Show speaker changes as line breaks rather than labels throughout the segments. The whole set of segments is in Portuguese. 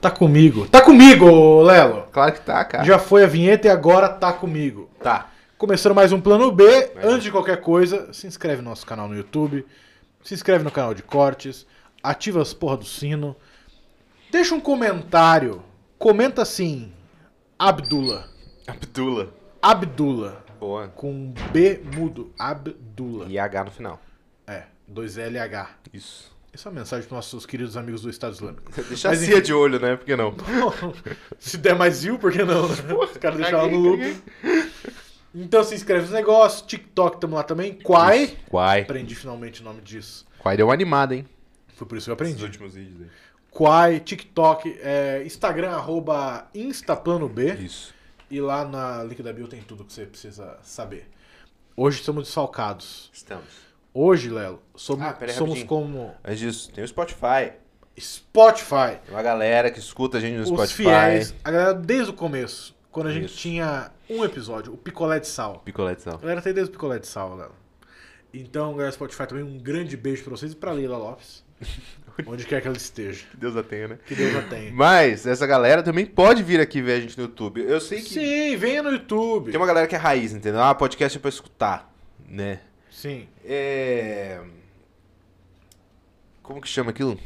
Tá comigo. Tá comigo, Lelo!
Claro que tá, cara.
Já foi a vinheta e agora tá comigo.
Tá.
Começando mais um Plano B. Antes de qualquer coisa, se inscreve no nosso canal no YouTube, se inscreve no canal de cortes, ativa as porra do sino, deixa um comentário. Comenta assim, Abdula.
Abdula.
Abdula.
Boa.
Com B mudo. Abdula.
E H no final.
É, 2LH.
Isso.
Essa é uma mensagem para nossos queridos amigos do Estado Islâmico.
Deixa
Mas
a cia de olho, né? Por que não?
se der mais view, por que não? né? Os caras deixaram ela no loop. Então se inscreve nos negócios, TikTok, tamo lá também. Quai.
Quai.
Aprendi finalmente o nome disso.
Quai deu uma animada, hein?
Foi por isso que eu aprendi.
últimos vídeos aí.
Quai, TikTok, é, Instagram, arroba InstaplanoB.
Isso.
E lá na link da bio tem tudo que você precisa saber. Hoje estamos desfalcados.
Estamos.
Hoje, Lelo, somos,
Ah, peraí,
somos
rapidinho.
como
Antes disso, tem o Spotify.
Spotify.
Tem uma galera que escuta a gente no
os
Spotify.
fiéis, a galera desde o começo, quando a gente
Isso.
tinha um episódio, o picolé de sal. A
Picoletizão.
galera tem desde o picolé de sal, galera. Então, galera do Spotify, também um grande beijo pra vocês e pra Leila Lopes. onde quer que ela esteja.
Que Deus a tenha, né?
Que Deus a tenha.
Mas essa galera também pode vir aqui ver a gente no YouTube. Eu sei que
Sim, venha no YouTube.
tem uma galera que é raiz, entendeu? Ah, podcast é pra escutar, né?
Sim.
É... Como que chama aquilo?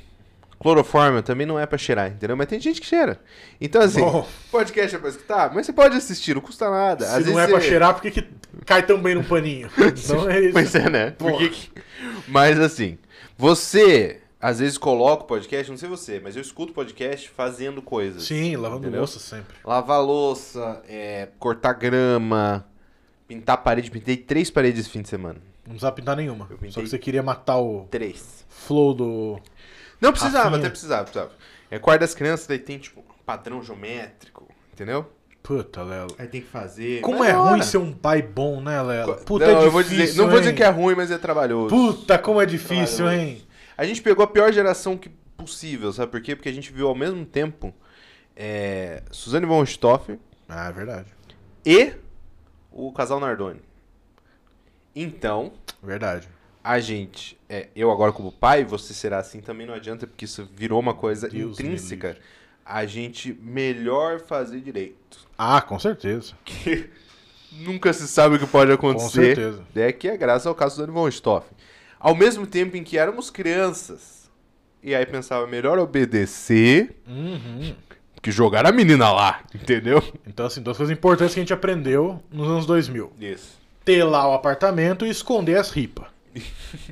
Cloroforme também não é pra cheirar, entendeu? Mas tem gente que cheira. Então, assim,
Bom.
podcast é pra escutar, mas você pode assistir, não custa nada.
Se não é
você...
pra cheirar, por que, que cai tão bem no paninho? Então é isso.
Pois é, né? Por
Porra.
que que- Mas assim, você às vezes coloca o podcast, não sei você, mas eu escuto podcast fazendo coisas.
Sim, lavando
Entendeu?
louça sempre.
Lavar louça, é, cortar grama, pintar parede. Pintei três paredes esse fim de semana.
Não precisava pintar nenhuma.
Eu pintei.
Só que você queria matar o
Três.
flow do.
Não precisava,
Rafinha.
até precisava, precisava. É quarto das crianças, daí tem tipo um padrão geométrico, entendeu?
Puta, Lelo.
Aí tem que fazer.
Como
Mas
é
na
ruim
hora.
ser um pai bom, né, Lelo? Puta,
não,
é difícil.
eu vou dizer, não vou dizer
hein?
que é ruim, mas é trabalhoso.
Puta, como é difícil, hein?
A gente pegou a pior geração que possível, sabe por quê? Porque a gente viu ao mesmo tempo é, Suzane von Richthofen
Ah, é verdade.
e o casal Nardoni. Então,
Verdade.
a gente, é, eu agora como pai, você será assim também não adianta, porque isso virou uma coisa
Deus me
intrínseca. A gente melhor fazer direito.
Ah, com certeza.
Que nunca se sabe o que pode
com
acontecer.
certeza.
É que é graças ao caso do Van Richthofen. Ao mesmo tempo em que éramos crianças, e aí pensava, melhor obedecer
Uhum.
que jogar a menina lá, entendeu?
Então, assim, duas coisas importantes que a gente aprendeu nos anos 2000.
Isso.
Ter lá o apartamento e esconder as ripas.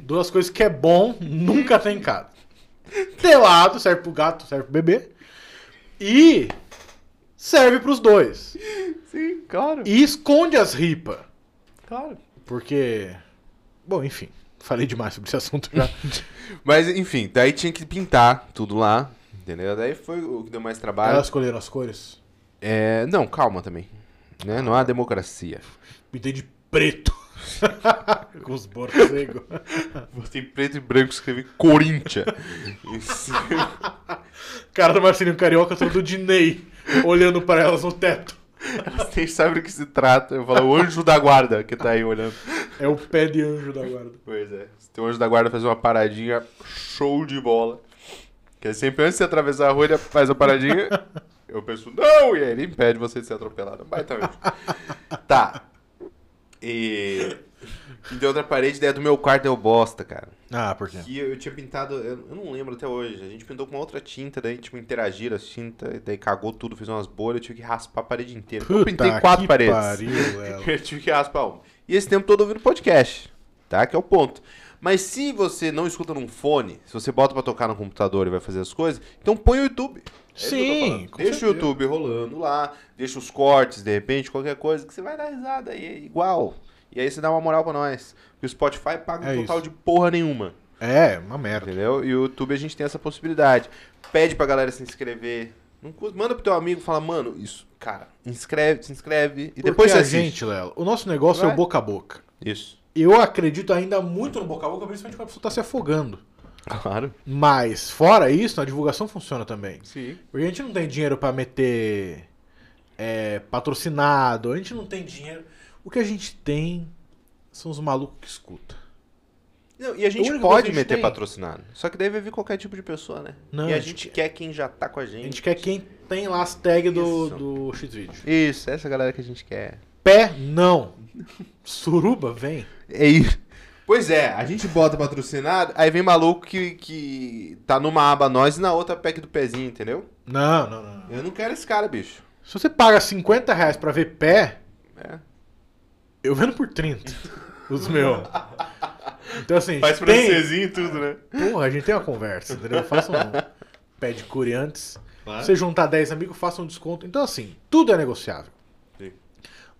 Duas coisas que é bom nunca ter em casa. Telado serve pro gato, serve pro bebê. E serve pros dois.
Sim, claro,
E esconde as ripas.
claro.
Porque. Bom, enfim. Falei demais sobre esse assunto já.
Mas, enfim, daí tinha que pintar tudo lá, entendeu? Daí foi o que deu mais trabalho.
Elas escolheram as cores.
É, não, calma também. Né? Não há democracia.
Pintei de preto. Com os morcegos.
Botei preto e branco escrevi Corinthians. Isso.
Cara do Marcelinho Carioca todo do Dinei. Olhando pra elas no teto.
Elas nem sabem do que se trata. Eu falo o anjo da guarda que tá aí olhando.
É o pé de anjo da guarda.
Pois é. Se tem o anjo da guarda fazer uma paradinha show de bola. Que é sempre antes de você atravessar a rua, ele faz a paradinha. Eu penso, não! E aí ele impede você de ser atropelado. Baitamente. Tá. E. E de outra parede, daí a do meu quarto deu bosta, cara.
Ah, por quê?
Que eu tinha pintado, eu eu não lembro até hoje. A gente pintou com uma outra tinta, daí, tipo, interagir as tintas, daí cagou tudo, fez umas bolhas, eu tive que raspar a parede inteira. Então eu pintei quatro
que
paredes.
Pariu, Lelo.
Eu tive que raspar uma. E esse tempo todo ouvindo podcast, tá? Que é o ponto. Mas se você não escuta num fone, se você bota pra tocar no computador e vai fazer as coisas, então põe o YouTube. É isso que eu tô
Sim,
falando.
com
Deixa o
certeza.
YouTube rolando lá, deixa os cortes, de repente, qualquer coisa, que você vai dar risada e é igual. E aí você dá uma moral pra nós. Porque o Spotify paga um
É
total
isso.
de porra nenhuma.
É, uma merda.
Entendeu? E o YouTube a gente tem essa possibilidade. Pede pra galera se inscrever. Não custa- Manda pro teu amigo e fala, mano, isso, cara, inscreve, se inscreve. E depois
Porque
é assim? você
a
assiste.
gente, Lelo, o nosso negócio é
Vai.
o boca a boca.
Isso.
Eu acredito ainda muito no boca a boca, principalmente quando a pessoa tá se afogando.
Claro.
Mas, fora isso, a divulgação funciona também.
Sim.
Porque a gente não tem dinheiro pra meter é, patrocinado, a gente não tem dinheiro. O que a gente tem são os malucos que escuta.
Não, e a gente
única coisa
pode
que a gente
meter
tem-
patrocinado. Só que daí vai vir qualquer tipo de pessoa, né?
Não,
e a
a
gente quer quem já tá com a
A
gente.
gente quer quem tem lá as tags do,
Isso.
do X-Video.
Isso, essa galera que a gente quer.
Pé, não. Suruba, vem.
É isso. Pois é, a gente bota patrocinado, aí vem maluco que, que tá numa aba nós e na outra pack do pezinho, entendeu?
Não, não, não. não.
Eu não quero esse cara, bicho.
Se você paga 50 reais pra ver pé,
É.
eu vendo por 30. Os meus. Então assim, a
Faz
gente tem...
francesinho e tudo, né?
Porra, a gente tem uma conversa, entendeu? Faça um pé de cure antes.
Claro.
Você juntar 10 amigos, faça um desconto. Então assim, tudo é negociável.
Sim.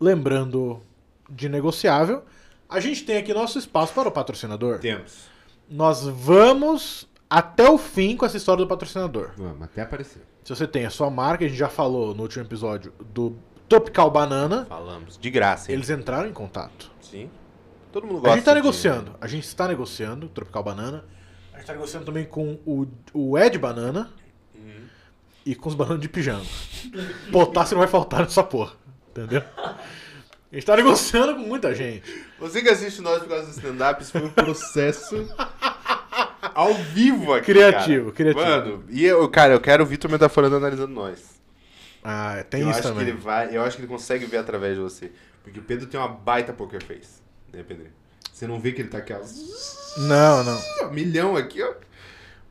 Lembrando de negociável, a gente tem aqui nosso espaço para o patrocinador.
Temos.
Nós vamos até o fim com essa história do patrocinador.
Vamos, até aparecer.
Se você tem a sua marca, a gente já falou no último episódio do Tropical Banana,
Falamos. De graça, hein?
eles entraram em contato.
Sim. Todo mundo gosta.
A gente tá
de-
negociando, a gente está negociando, Tropical Banana. A gente tá negociando também com o, o Ed Banana
Uhum.
e com os bananas de pijama. Potássio não vai faltar nessa porra, entendeu? A gente tá negociando com muita gente.
Você que assiste nós por causa do stand-up, isso foi um processo ao vivo aqui.
Criativo,
cara.
criativo.
Mano, e eu, cara, eu quero o Vitor Metaforando analisando nós.
Ah, tem
eu
isso
acho
também.
que ele vai, eu acho que ele consegue ver através de você. Porque o Pedro tem uma baita poker face, né, Pedro? Você não vê que ele tá aqui, ó,
Não, não.
milhão aqui, ó.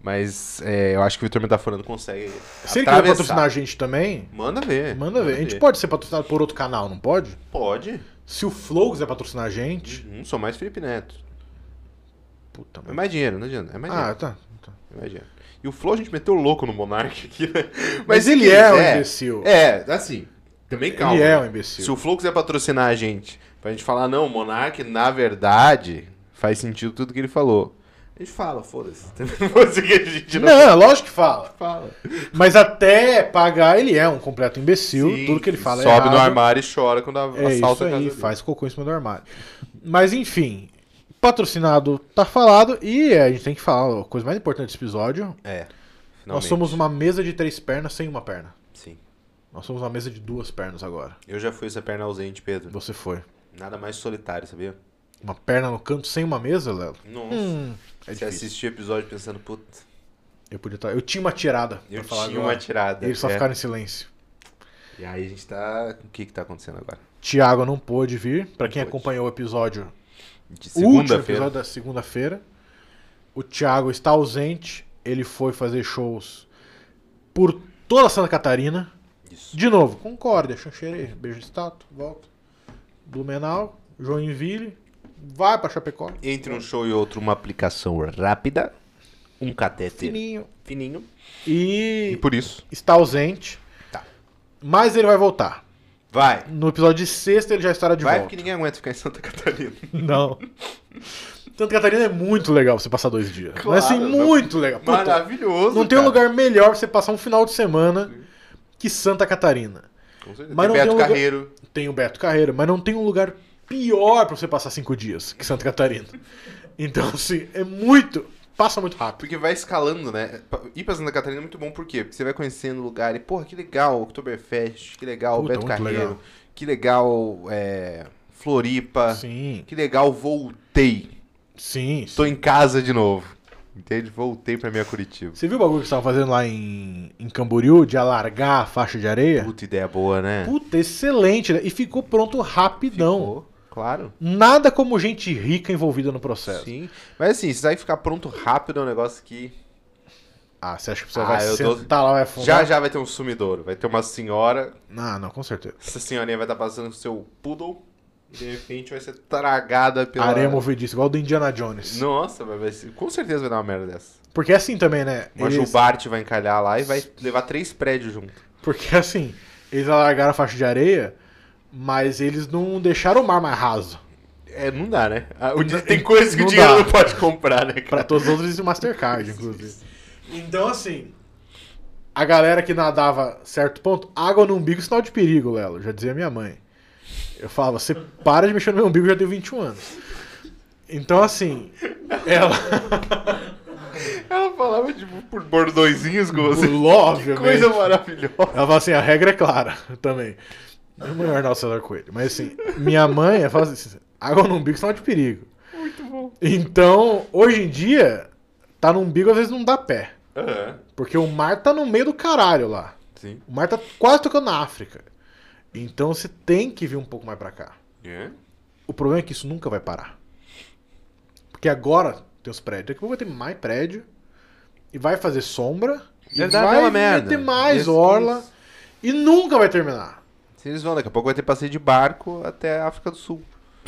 Mas é, eu acho que o Vitor Metaforando consegue
Se ele quiser
atravessar.
patrocinar a gente também,
Manda ver.
Manda ver. A gente pode ser patrocinado por outro canal, não pode?
Pode.
Se o Flow quiser patrocinar a gente.
Uhum, sou mais Felipe Neto.
Puta
É
merda.
mais dinheiro, não adianta. É mais dinheiro.
Ah, tá. tá.
Imagina. E o Flow a gente meteu o louco no Monark aqui, né? Mas,
Mas
se
ele é um
quiser-
imbecil.
É, assim, também calma.
Ele é um
Se
imbecil.
o Flow quiser patrocinar a gente, pra gente falar, não, o Monark, na verdade, faz sentido tudo que ele falou. A gente fala, foda-se. Foda-se que a gente não,
Não, lógico que fala.
fala.
Mas até pagar, ele é um completo imbecil.
Sim,
Tudo que ele fala é
Sobe
errado.
no armário e chora quando a-
É isso
assalta a
aí,
casa
faz cocô em cima do armário. Mas enfim, patrocinado tá falado e a gente tem que falar a coisa mais importante desse episódio.
dele. É,
Nós
finalmente.
somos uma mesa de três pernas sem uma perna.
Sim.
Nós somos uma mesa de duas pernas agora.
Eu já fui essa perna ausente, Pedro.
Você foi.
Nada mais solitário, sabia?
Uma perna no canto sem uma mesa, Léo?
Nossa.
Hum, é
Você
difícil.
assistiu o episódio pensando, puta,
Eu podia estar. Eu tinha uma tirada.
eu
pra falar
tinha
agora.
uma tirada.
E eles só
É.
ficaram em silêncio.
E aí a gente tá. O que que tá acontecendo agora?
Tiago não pôde vir. Pra quem
pôde.
acompanhou o episódio,
De
o último episódio
segunda-feira.
da segunda-feira, o Tiago está ausente. Ele foi fazer shows por toda Santa Catarina.
Isso.
De novo, Concórdia, Xanxerê, Beijo de Estátua, volta. Blumenau, Joinville, vai pra Chapecó.
Entre um show e outro, uma aplicação rápida. Um cateter fininho.
Fininho. E
por isso.
está ausente.
Tá.
Mas ele vai voltar.
Vai.
No episódio de sexta ele já estará de
Vai
volta.
porque ninguém aguenta ficar em Santa Catarina.
Não. Santa Catarina é muito legal pra você passar dois dias.
Claro,
Mas assim,
não-
muito legal. Puta,
Maravilhoso.
não tem um
cara.
lugar melhor pra você passar um final de semana que Santa Catarina.
Com certeza.
Mas não
tem Beto
tem um lugar-
Carreiro.
Tem o Beto Carreiro, mas não tem um lugar pior pra você passar cinco dias que Santa Catarina. Então, assim, é muito. Passa muito rápido.
Porque vai escalando, né? Pa- Ir pra Santa Catarina é muito bom, por quê? Porque você vai conhecendo o lugar e, porra, que legal, Oktoberfest, que legal,
Puta,
Beto
muito
Carreiro,
legal.
que legal, é, Floripa,
Sim,
que legal, voltei.
sim.
Estou em casa de novo. Entende? Voltei pra minha Curitiba.
Você viu o bagulho que você tava fazendo lá em, em Camboriú, de alargar a faixa de areia?
Puta ideia boa, né?
É. Puta, excelente. né? E ficou pronto rapidão.
Pô, Claro.
Nada como gente rica envolvida no processo.
Sim. Mas assim, se vai ficar pronto rápido é um negócio que
Ah, você acha que você
Ah,
vai
eu tô-
sentar lá, vai afundar?
já já vai ter um sumidouro. Vai ter uma senhora,
Não, não, com certeza.
essa senhorinha vai estar passando o seu poodle e de repente vai ser tragada pela...
Areia movediça, igual do Indiana Jones.
Nossa, vai, vai ser- com certeza vai dar uma merda dessa.
Porque é assim também, né?
Uma
Eles-
Jubarte vai encalhar lá e vai levar três prédios junto.
Porque assim, eles alargaram a faixa de areia, mas eles não deixaram o mar mais raso.
É, não dá, né? Ah, o dinheiro- tem coisas que o
não
dinheiro
dá.
não pode comprar, né,
Pra
cara?
todos os outros, eles tinham Mastercard, inclusive. Então, assim, a galera que nadava certo ponto, água no umbigo é sinal de perigo, Lelo. Já dizia minha mãe. Eu falava, você para de mexer no meu umbigo, eu já tenho 21 anos. Então, assim, ela.
Ela falava, tipo, por bordõezinhos com você.
Love,
Coisa maravilhosa.
Ela fala assim, a regra é clara também. Não melhor não celular com ele. Mas assim, minha mãe, ela fala assim, água no umbigo é sinal de perigo.
Muito bom.
Então.
Então, hoje em dia, tá no umbigo às vezes não dá pé.
É.
Porque o mar tá no meio do caralho lá.
Sim.
O mar tá quase tocando na África. Então você tem que vir um pouco mais pra cá.
É.
O problema é que isso nunca vai parar. Porque agora tem os prédios. Daqui a pouco vai ter mais prédio. E vai fazer sombra.
Verdade,
e
é
vai
uma merda.
ter mais
Isso,
orla.
isso.
E nunca vai terminar.
Se eles vão, daqui a pouco vai ter passeio de barco até a África do Sul.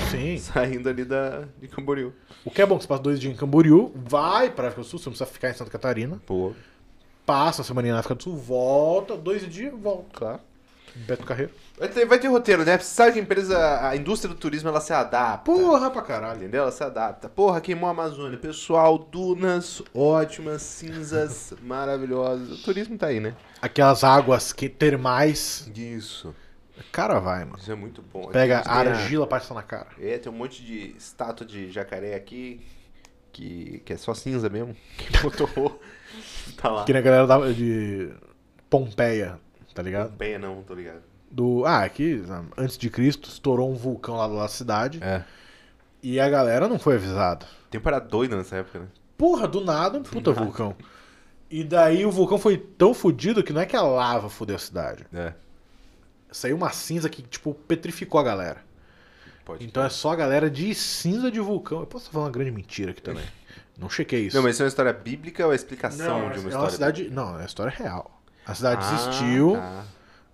Sim.
Saindo ali da, de Camboriú.
O que é bom, que você passa dois dias em Camboriú, vai pra África do Sul, você não precisa ficar em Santa Catarina.
Pô.
Passa a semana na África do Sul, volta, dois dias, volta.
Claro.
Beto Carreiro.
Vai ter, vai ter roteiro, né? Você sabe que a empresa, a indústria do turismo, ela se adapta.
Porra pra caralho.
Entendeu? Ela se adapta. Porra, queimou a Amazônia. Pessoal, dunas ótimas, cinzas maravilhosas. O turismo tá aí, né?
Aquelas águas que termais.
Isso.
Cara, vai, mano.
Isso é muito bom.
Pega
Tem
a
a-
argila, passa na cara.
É, tem um monte de estátua de jacaré aqui. Que, que é só cinza mesmo.
Que motorou. tá lá.
Que nem a galera da- de Pompeia, tá ligado?
Bem, não, tô ligado.
Do, ah, aqui, né, antes de Cristo, estourou um vulcão lá do lado da cidade.
É.
E a galera não foi avisada.
Temporada doida nessa época, né?
Porra, do nada, um puta vulcão. E daí o vulcão foi tão fudido que não é que a lava fudeu a cidade.
É.
Saiu uma cinza que, tipo, petrificou a galera.
Pode.
Então é só a galera de cinza de vulcão. Eu posso falar uma grande mentira aqui também. Não chequei isso.
Não, mas isso é uma história bíblica ou é a explicação
Não,
de uma
é
história?
uma cidade. Não, é uma história real. A cidade
Ah,
existiu.
tá.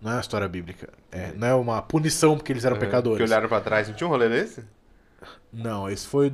Não é uma história bíblica. É, não é uma punição porque eles eram
É, Que
pecadores.
olharam pra trás. Não tinha um rolê desse?
Não, esse foi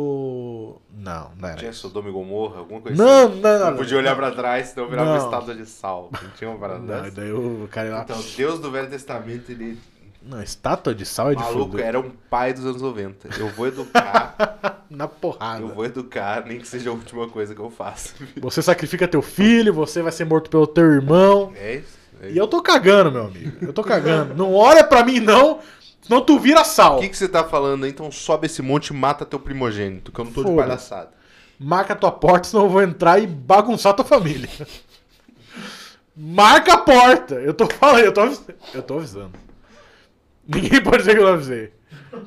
do. Não, não era.
Tinha
isso.
Sodoma e Gomorra, alguma coisa assim?
Não, não, não.
Não podia olhar pra trás, senão virava
Não.
uma estátua de sal. Não tinha uma parada
Não, e
dessa.
daí o cara ia lá.
Então, Deus do Velho Testamento, ele
Não, estátua de sal é de
maluco,
fogo.
era um pai dos anos 90. Eu vou educar,
Na porrada.
é. eu vou educar, nem que seja a última coisa que eu faço.
Você sacrifica teu filho, você vai ser morto pelo teu irmão.
É isso? É
E
isso.
eu tô cagando, meu amigo. Eu tô cagando. Não olha pra mim, não, senão tu vira sal.
O que, que você tá falando? aí? Então sobe esse monte e mata teu primogênito, que eu não tô de
Foda-se.
palhaçada.
Marca tua porta, senão eu vou entrar e bagunçar tua família. Marca a porta! Eu tô falando, eu tô, avis- eu tô avisando. Ninguém pode dizer que eu não avisei.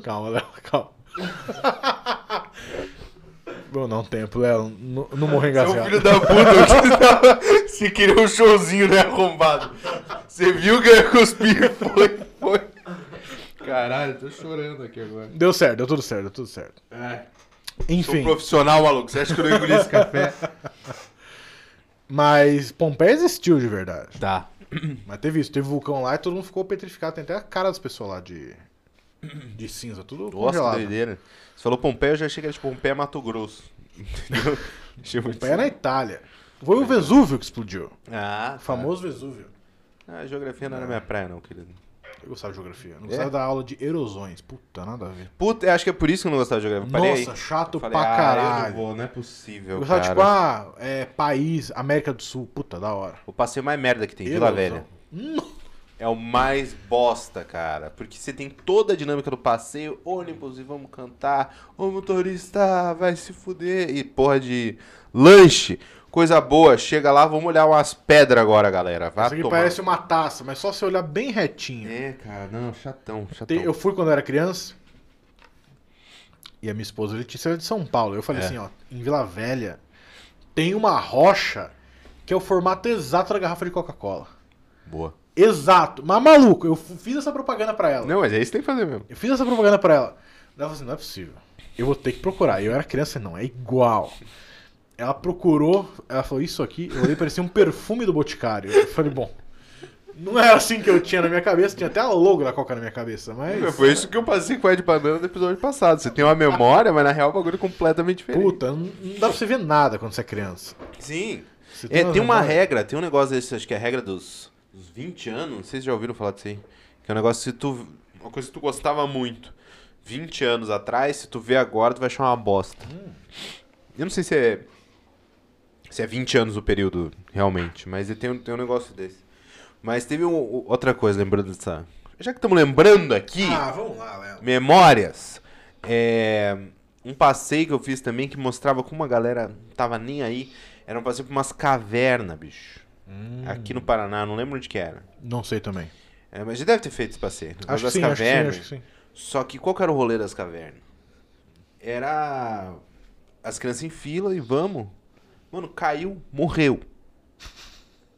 Calma, Léo, calma. Vou dar um tempo, Léo. Não, não morrer
É um
Seu
engasgado.
filho da puta, que tava- se queria um showzinho, né, arrombado? Você viu que eu ia cuspir? Foi, foi. Caralho, tô chorando aqui agora.
Deu certo, deu tudo certo, deu tudo certo.
É. Sou
Enfim,
profissional, maluco. Você acha que eu não engoli esse café?
mas Pompeia existiu de verdade.
Tá.
Mas teve isso, teve vulcão lá e todo mundo ficou petrificado. Tem até a cara das pessoas lá de, de cinza, tudo
Nossa, que
congelado.
doideira. Você falou Pompeia, eu já achei que era de Pompeia Mato Grosso. Entendeu? Achei muito-
Pompeia né? na Itália. Foi o Vesúvio que explodiu.
Ah, tá.
O famoso Vesúvio.
Ah, a geografia não era minha praia, não, querido.
Eu gostava de geografia. Não
É?
gostava da aula de erosões. Puta, nada a ver.
Puta, eu acho que é por isso que eu não gostava de geografia. Parei aí.
Nossa, chato
Eu falei,
pra
ah,
caralho.
Eu
Eu,
não vou, não é possível.
gostava,
cara.
tipo, ah, é, país, América do Sul. Puta, da hora.
O passeio mais merda que tem, Vila
Erosão.
Velha.
Hum,
É o mais bosta, cara. Porque você tem toda a dinâmica do passeio, ônibus e vamos cantar. Ô motorista, vai se fuder. E porra de lanche. Coisa boa, chega lá, vamos olhar umas pedras agora, galera. Vai
isso aqui
tomar.
parece uma taça, mas só se olhar bem retinho.
É, cara, não, chatão, chatão.
Tem- eu fui quando eu era criança. E a minha esposa Letícia era de São Paulo. Eu falei
É.
assim, ó, em Vila Velha tem uma rocha que é o formato exato da garrafa de Coca-Cola.
Boa.
Exato. Mas maluco, eu f- fiz essa propaganda pra ela.
Não, mas é isso que tem que fazer mesmo.
Eu fiz essa propaganda pra ela. Ela falou assim, não é possível. Eu vou ter que procurar. Eu era criança, não, é igual. Ela procurou, ela falou, isso aqui, eu olhei, parecia um perfume do Boticário. Eu falei, bom, não era assim que eu tinha na minha cabeça, tinha até a logo da Coca na minha cabeça, mas...
Foi isso que eu passei com o Ed Banana no episódio passado. Você tem uma memória, mas na real o bagulho é completamente diferente.
Puta, não não dá pra você ver nada quando você é criança.
Sim.
Você
É, tem uma
memória-
regra, tem um negócio desse, acho que é a regra dos, dos 20 anos, não sei se já ouviram falar disso aí. Que é um negócio se tu. Uma coisa que tu gostava muito 20 anos atrás, se tu vê agora, tu vai achar uma bosta. Eu não sei se é. Se é 20 anos o período, realmente, mas tem, um- tem um negócio desse. Mas teve um- o- outra coisa, lembrando dessa. Já que estamos lembrando aqui.
Ah, vamos lá, Léo.
Memórias. É, um passeio que eu fiz também que mostrava como a galera não tava nem aí. Era um passeio pra umas cavernas, bicho.
Hum.
Aqui no Paraná, não lembro onde que era.
Não sei também.
É, mas já deve ter feito esse passeio. né?
Acho que,
das
sim, acho que sim,
cavernas.
acho que sim.
Só que qual que era o rolê das cavernas? era as crianças em fila e vamos. Mano, caiu, morreu.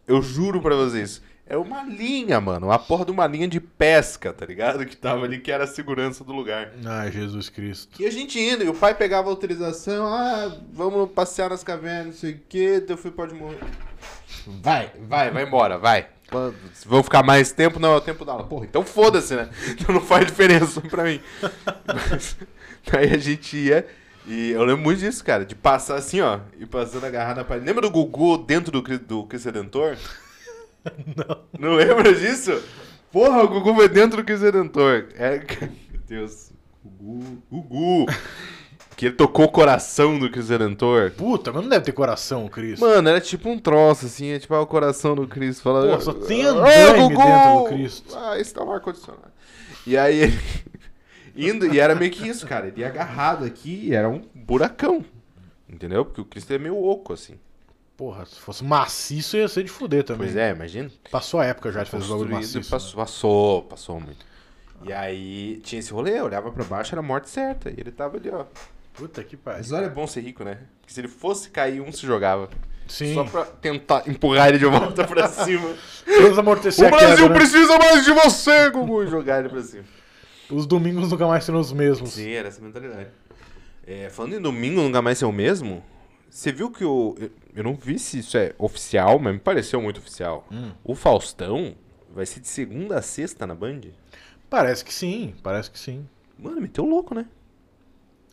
Eu juro pra vocês. É uma linha, mano. A porra de uma linha de pesca, tá ligado? Que tava ali, que era a segurança do lugar.
Ai, Ah, é Jesus Cristo.
E a gente indo, e o pai pegava a autorização, ah, vamos passear nas cavernas, não sei o quê, teu filho pode morrer. Vai, vai, vai embora, vai. Vou ficar mais tempo, não é o tempo da aula. Porra, então foda-se, né? Então não faz diferença pra mim. Mas, daí a gente ia, e eu lembro muito disso, cara, de passar assim, ó, e passando agarrado na parede. Lembra do Gugu dentro do, Cri- do Cristo Redentor? Não. Não lembra disso? Porra, o Gugu foi dentro do Cristo Redentor. É, meu Deus. Gugu. Gugu. que ele tocou o coração do Cristo Redentor.
Puta, mas não deve ter coração, Cristo.
Mano, era tipo um troço, assim, é tipo ah, o coração do Cristo. Fala, "Ah,
Pô, só tem andaime
"Ô,
dentro do Cristo."
Ah, esse tá no ar-condicionado. E aí ele. Indo, e era meio que isso, cara. Ele ia agarrado aqui e era um buracão. Entendeu? Porque o Cristo é meio oco, assim.
Porra, se fosse maciço ia ser de fuder também.
Pois é, imagina.
Passou a época já de fazer bagulho
Construído e
maciço. né?
passou, passou, passou muito. E aí tinha esse rolê, eu olhava pra baixo, era a morte certa. E ele tava ali, ó.
né? Puta que pariu.
Mas olha, é bom ser rico, né? Porque se ele fosse cair, um se jogava.
Sim.
Só pra tentar empurrar ele de volta pra cima.
Deus amortecer
o
a
Brasil
queda, né?
precisa mais de você, Gugu! E jogar ele pra cima.
Os domingos nunca mais serão os mesmos.
Sim, era essa mentalidade. É, falando em domingo nunca mais ser o mesmo, você viu que o. eu- Eu não vi se isso é oficial, mas me pareceu muito oficial. O Faustão vai ser de segunda a sexta na Band?
Parece que sim, parece que sim.
Mano, meteu louco, né?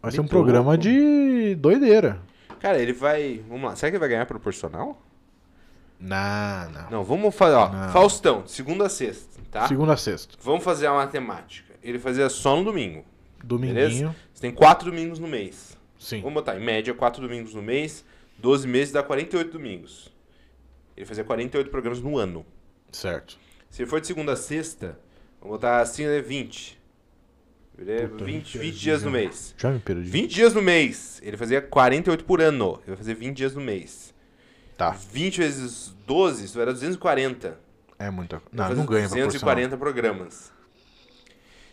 Vai ser um
Muito
programa
louco.
de doideira.
Cara, ele vai. Vamos lá, será que ele vai ganhar proporcional?
Não, não.
Não, vamos fazer, ó.
Não.
Faustão, de segunda a sexta, tá?
Segunda a sexta.
Vamos fazer a matemática. Ele fazia só no domingo.
Dominguinho.
Beleza? Você tem quatro domingos no mês.
Sim.
Vamos botar, em média, 4 domingos no mês, 12 meses dá 48 domingos. Ele fazia 48 programas no ano.
Certo.
Se for de segunda a sexta, vamos botar assim, né, 20. Ele é
Puta,
20,
que
20 dias no mês.
Já me perdi.
20 dias no mês. Ele fazia 48 por ano. Ele vai fazer 20 dias no mês.
Tá.
20 vezes 12, isso era 240.
É muita coisa.
Vai
Não,
fazer
não ganha proporcional.
240 programas.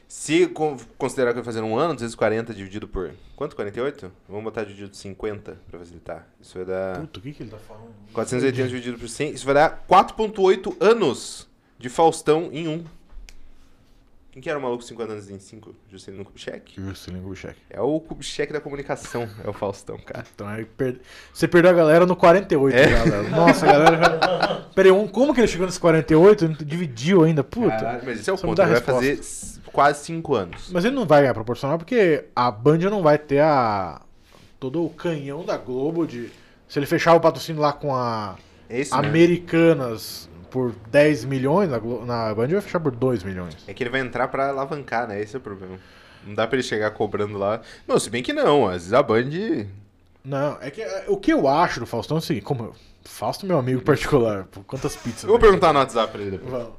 Se con- considerar que vai fazer um ano, 240 dividido por. Quanto? 48? Vamos botar dividido por 50 pra facilitar. Isso vai dar.
Puta, o que, que ele tá falando?
480 dividido por 100. Isso vai dar 4,8 anos de Faustão em um. Quem que era o maluco 50 anos em 5? Juscelino Kubitschek?
Que Juscelino Kubitschek.
É o Kubitschek da comunicação, é o Faustão, cara.
Então, aí per- você perdeu a galera no 48,
É.
né, galera. Nossa, a galera já... Peraí, um- como que ele chegou nesse 48? Ele dividiu ainda, puta.
Caralho, mas esse é o
Só me
ponto.
dá
Ele vai
resposta.
fazer s- quase 5 anos.
Mas ele não vai ganhar proporcional porque a Band não vai ter a todo o canhão da Globo de se ele fechar o patrocínio lá com a
É isso mesmo.
Americanas por 10 milhões, na, Glo- na Band vai fechar por 2 milhões.
É que ele vai entrar pra alavancar, né? Esse é o problema. Não dá pra ele chegar cobrando lá. Não, se bem que não. Às vezes a Band.
Não, é que é, o que eu acho do Faustão é o seguinte, como eu- Fausto meu amigo particular, por quantas pizzas.
Eu vou
né?
perguntar no WhatsApp pra ele depois.
Vamos.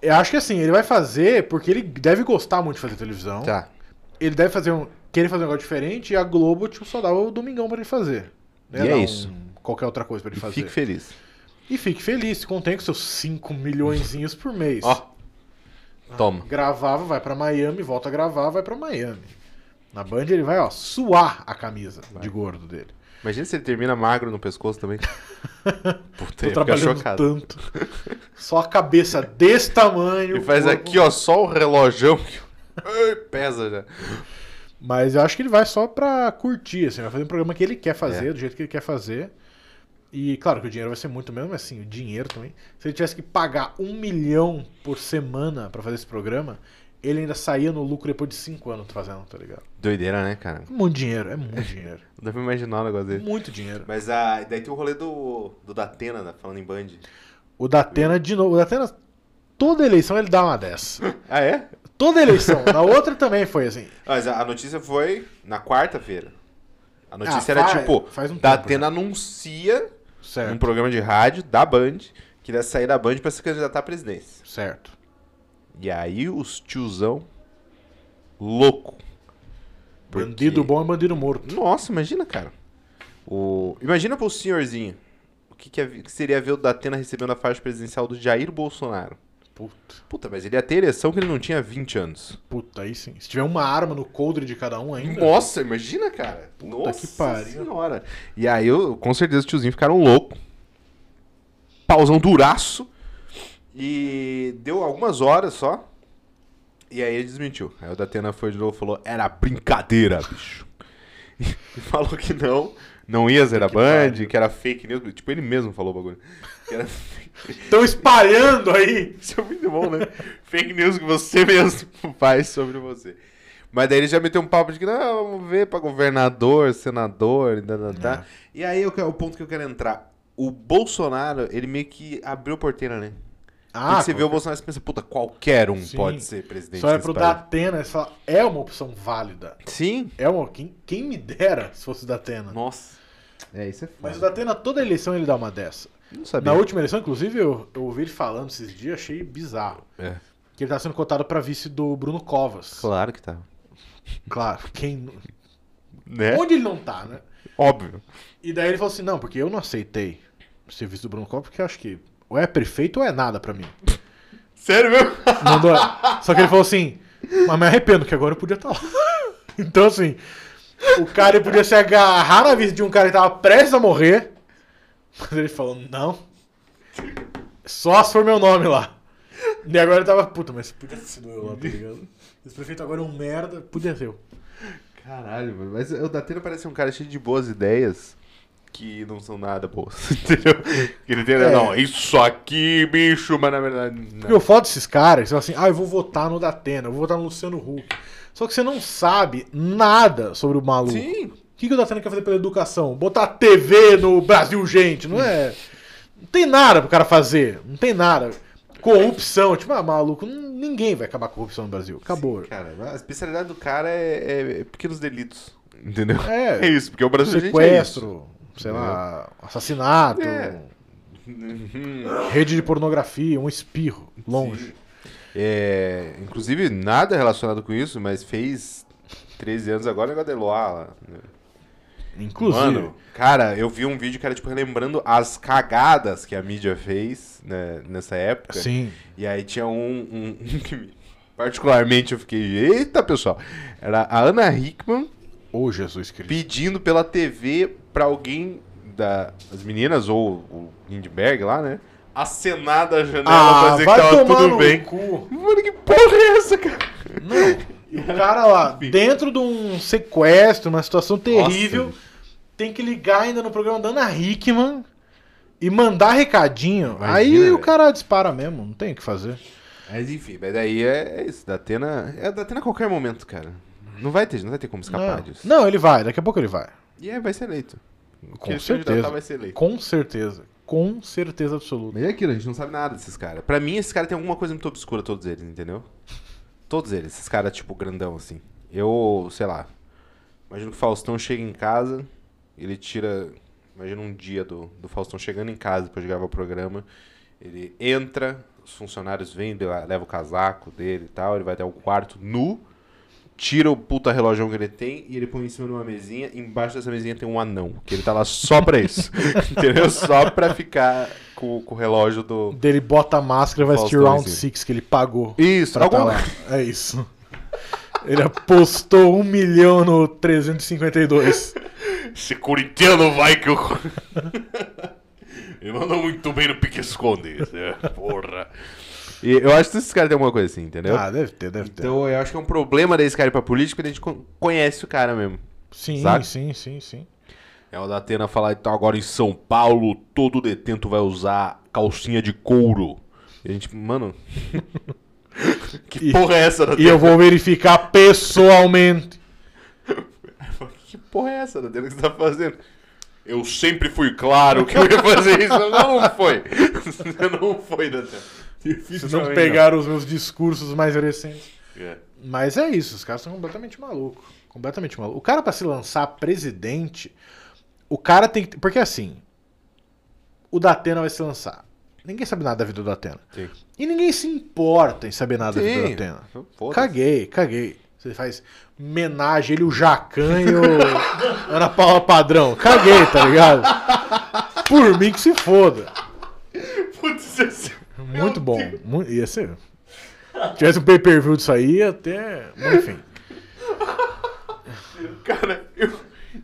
Eu acho que assim, ele vai fazer porque ele deve gostar muito de fazer televisão.
Tá.
Ele deve fazer um, querer fazer um negócio diferente e a Globo tipo, só dá o domingão pra ele fazer.
E é
Dá um-
isso.
qualquer outra coisa pra ele fazer.
Fique feliz.
E fique feliz, se contém com seus 5 milhõezinhos por mês.
Ó.
Ah.
Toma.
Gravava, vai pra Miami, volta a gravar, vai pra Miami. Na Band ele vai, ó, suar a camisa de gordo dele.
Imagina se ele termina magro no pescoço também. Puta,
Tô
ele fica
trabalhando
chocado.
tanto. Só a cabeça desse tamanho.
Ele faz
o corpo-
aqui, ó, só o relojão. que- Ai, Pesa já.
Mas eu acho que ele vai só pra curtir, assim, vai fazer um programa que ele quer fazer,
É.
do jeito que ele quer fazer. E claro que o dinheiro vai ser muito mesmo, mas assim, o dinheiro também. Se ele tivesse que pagar um milhão por semana pra fazer esse programa, ele ainda saía no lucro depois de cinco anos fazendo, tá ligado?
Doideira, né, cara?
É muito dinheiro, é muito dinheiro.
Não dá pra imaginar o negócio
É
dele.
muito dinheiro.
Mas a, daí tem o rolê do, do Datena, né, falando em Band.
O Datena, de novo, o Datena, toda eleição ele dá uma dessa.
Ah, é?
Toda eleição. Na outra também foi assim.
Mas a a notícia foi na quarta-feira. A notícia
Ah,
era
faz-
tipo,
faz um tempo já.
Datena anuncia num
Certo,
programa de rádio da Band que ele ia sair da Band pra se candidatar à presidência.
certo.
E aí os tiozão louco. Porque-
Bandido bom é bandido morto.
Nossa, imagina, cara. O... Imagina pro senhorzinho. O que, que é- que seria ver o Datena recebendo a faixa presidencial do Jair Bolsonaro?
Puta,
Puta, mas ele ia ter ereção que ele não tinha 20 anos.
puta, aí sim. Se tiver uma arma no coldre de cada um ainda.
Nossa, imagina, cara.
que pariu.
Senhora. E aí, eu, com certeza, os tiozinhos ficaram loucos. Pausão duraço. E deu algumas horas só. E aí ele desmentiu. Aí o Datena foi de novo e falou: era brincadeira, bicho. E falou que não. Não ia zerar Band, que era fake news. Tipo, ele mesmo falou o bagulho. Que era
Estão espalhando aí!
Isso é muito bom, né? Fake news que você mesmo faz sobre você. Mas daí ele já meteu um papo de que, não, vamos ver pra governador, senador, e, dadadá. e aí eu, que- o ponto que eu quero entrar. O Bolsonaro, ele meio que abriu porteira, né?
Ah,
Porque você vê o Bolsonaro e você pensa, puta, qualquer um
Sim.
pode ser presidente
Só olha
desse
é pro
país.
Datena e fala, é uma opção válida.
Sim.
É uma, quem, quem me dera se fosse o Datena.
Nossa. É, isso é
Mas o
foda.
Datena, toda eleição ele dá uma dessa.
Não sabia.
Na última eleição, inclusive, eu, eu ouvi ele falando esses dias, achei bizarro.
É.
Que ele tá sendo cotado pra vice do Bruno Covas. Claro,
Claro que tá.
quem... nu-
Né?
onde ele não tá, né?
Óbvio.
E daí ele falou assim, não, porque eu não aceitei o serviço do Bruno Covas, porque eu acho que ou é prefeito ou é nada pra mim.
Sério mesmo?
Mandou- Só que ele falou assim, mas me arrependo que agora eu podia estar lá. Então, assim, o cara ele podia se agarrar na vida de um cara que tava prestes a morrer, mas ele falou, não, só se for meu nome lá. E agora ele tava, puta, mas podia ter sido eu lá, tá ligado? Esse prefeito agora é um merda, podia ser eu.
Caralho, mano. Mas o Datena parece um cara cheio de boas ideias que não são nada boas, entendeu? Que ele tem,
É.
não, isso aqui, bicho, mas na verdade,
Porque
não.
eu falo desses caras, você fala assim, ah, eu vou votar no Datena, eu vou votar no Luciano Huck. Só que você não sabe nada sobre o maluco.
Sim.
O que, que o Datena quer fazer pela educação? Botar TV no Brasil, gente, não é? Não tem nada pro cara fazer, não tem nada. Corrupção, tipo, ah, maluco, n- ninguém vai acabar com a corrupção no Brasil, acabou.
Cara, a especialidade do cara é, é pequenos delitos, entendeu?
É.
É isso, porque o Brasil a gente é isso.
Sequestro, sei lá, assassinato,
É. Uhum.
rede de pornografia, um espirro, longe.
É, inclusive, nada relacionado com isso, mas fez 13 anos agora, o negócio da Eloá lá. né?
Inclusive,
Mano, cara, eu vi um vídeo que era, tipo, relembrando as cagadas que a mídia fez né, nessa época.
é, sim.
E aí tinha um, um- um que me- particularmente eu fiquei, eita pessoal, era a Ana Hickman
Ô, Jesus Cristo.
pedindo pela TV pra alguém das meninas ou o Lindbergh lá, né? Acenar da janela
Ah,
pra dizer é que tava tudo bem.
cu.
Mano, que porra é essa, cara?
E o cara lá, dentro de um sequestro, uma situação terrível,
Nossa,
tem que ligar ainda no programa da Ana Hickman e mandar recadinho.
Imagina,
Aí
velho.
o cara dispara mesmo, não tem o que fazer.
Mas enfim, mas daí é, é isso, da Atena, é da Atena a qualquer momento, cara. Não vai ter, não vai ter como escapar
Não.
disso.
não, ele vai, daqui a pouco ele vai.
E é, vai ser eleito. O
Com
que ele se
certeza.
candidatar vai ser eleito.
Com certeza. Com certeza absoluta.
Mas é aquilo, a gente não sabe nada desses caras. Pra mim, esses caras têm alguma coisa muito obscura, todos eles, entendeu? Todos eles, esses caras, tipo, grandão, assim. Eu, sei lá. Imagino que o Faustão chega em casa, ele tira. Imagina um dia do, do Faustão chegando em casa depois de gravar o programa. Ele entra, os funcionários vêm, ele leva o casaco dele e tal, ele vai até o quarto nu, tira o puta relógio que ele tem e ele põe em cima de uma mesinha. Embaixo dessa mesinha tem um anão, que ele tá lá só pra isso. entendeu? Só pra ficar com, com o relógio do.
Dele bota a máscara e vai assistir
Faustão
Round
existe.
6 que ele pagou.
Isso,
pra tá
alguma-
lá. É isso. Ele apostou um milhão no 352.
Esse corintiano vai que eu. Ele mandou muito bem no pique esconde. né? Porra.
E eu acho que esses caras têm alguma coisa assim, entendeu?
Ah, deve ter, deve ter.
então eu acho que é um problema desse cara ir pra política, porque a gente con- conhece o cara mesmo.
Sim,
Saca?
sim, sim, sim.
É o da Atena falar, então agora em São Paulo, todo detento vai usar calcinha de couro. E a gente, mano. que
E-
porra é essa, da
E eu vou verificar pessoalmente.
Que porra é essa, Datena, que você tá fazendo? Eu sempre fui claro que eu ia fazer isso, mas não foi. Você não foi, Datena.
Vocês não pegaram os meus discursos mais recentes.
É.
Mas é isso, os caras são completamente malucos. Completamente malucos. O cara, pra se lançar presidente, o cara tem que. Porque assim, o Datena vai se lançar. Ninguém sabe nada da vida do Datena.
Sim.
E ninguém se importa em saber nada da vida do
Sim.
Datena.
Foda-se.
Caguei, caguei. Você faz homenagem, ele, o Jacan e o Ana Paula Padrão. Caguei, tá ligado? Por mim que se foda.
Putz, esse-
Muito bom. Mu- Ia ser. Se tivesse um pay-per-view disso aí, ia até. Bom, enfim.
Cara, eu,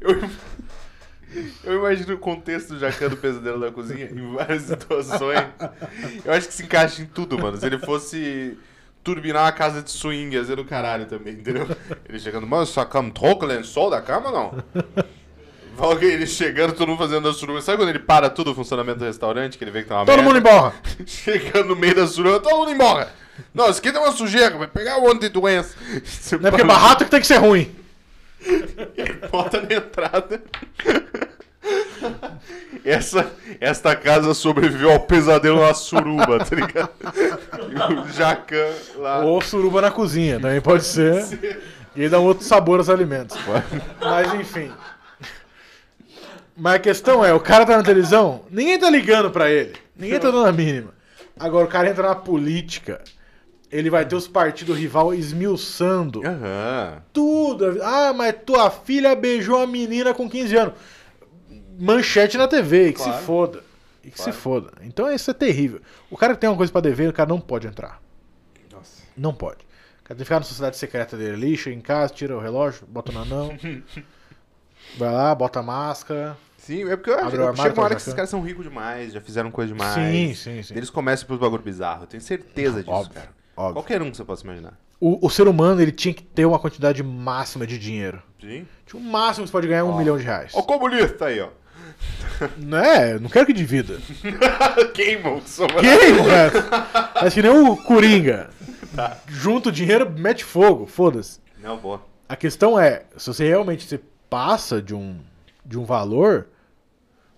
eu, eu imagino o contexto do Jacan do Pesadelo da Cozinha em várias situações. Eu acho que se encaixa em tudo, mano. Se ele fosse turbinar uma casa de swing, ia ser do caralho também, entendeu? Ele chegando, mano, sua cama troca o lençol da cama, não? Vai alguém, ele chegando, todo mundo fazendo a suruba. Sabe quando ele para tudo o funcionamento do restaurante, que ele vê que tá uma
Todo
merda?
mundo embora!
Chegando no meio da suruba, todo mundo embora. Não, isso aqui tem uma sujeira, vai pegar um monte de doença. Você
Não é porque é
fala-
barato que tem que ser ruim.
Bota na entrada. Essa, esta casa sobreviveu ao pesadelo na suruba, tá ligado? E o Jacan lá.
Ou suruba na cozinha, também pode ser. E dá um outro sabor aos alimentos. Mas enfim. Mas a questão é, o cara tá na televisão, ninguém tá ligando pra ele. Ninguém tá dando a mínima. Agora o cara entra na política, ele vai ter os partidos rival esmiuçando
Aham.
tudo. Ah, mas tua filha beijou a menina com 15 anos. Manchete na TV, e que
Claro.
se foda. E que se foda. Então isso é terrível. O cara que tem uma coisa pra dever, o cara não pode entrar.
Nossa.
Não pode. O cara tem que ficar na sociedade secreta dele ali, chega em casa, tira o relógio, bota no anão. vai lá, bota a máscara.
Sim, é porque eu,
Abre
acho
o
eu
armário,
chega uma
fala,
hora que esses
Jacan.
caras são ricos demais, já fizeram coisa demais.
Sim, sim, sim.
Eles começam pros bagulho bizarro, eu tenho certeza É disso,
Óbvio,
cara.
óbvio.
Qualquer um que você possa imaginar.
O, o ser humano, ele tinha que ter uma quantidade máxima de dinheiro.
Sim.
Tipo, O máximo que você pode ganhar é um milhão de reais.
Ó o comunista aí, ó.
Não é? eu Não quero que divida.
Queima o que sobra.
Quem, moleque? Acho que nem o Coringa. Junta o dinheiro, mete fogo, foda-se.
Não, boa.
A questão é, se você realmente se passa de um, de um valor,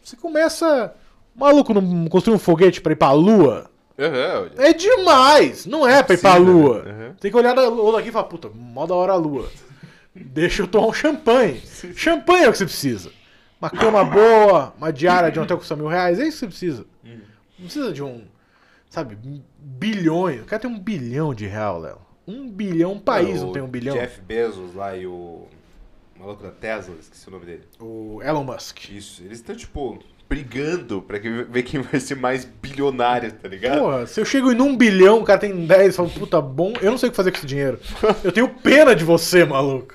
você começa. Maluco, não construir um foguete pra ir pra lua?
Aham,
É demais! Não é pra ir pra
Precisa, né?
lua.
Uhum.
Tem que olhar da lua aqui e falar, puta, mó da hora a lua. Deixa eu tomar um champanhe. Champanhe é o que você precisa. Uma cama boa, uma diária de um hotel custa mil reais, é isso que você precisa.
Hum.
Não precisa de um, sabe, bilhões. O cara tem um bilhão de real, Léo. Um bilhão, um país
É, o
não tem um bilhão.
Jeff Bezos lá e o. o maluco da Tesla, esqueci o nome dele.
O Elon Musk.
Isso, eles estão, tipo, brigando pra que- ver quem vai ser mais bilionário, tá ligado?
Porra, se eu chego em um bilhão, o cara tem 10, fala, puta, bom, eu não sei o que fazer com esse dinheiro. Eu tenho pena de você, maluco.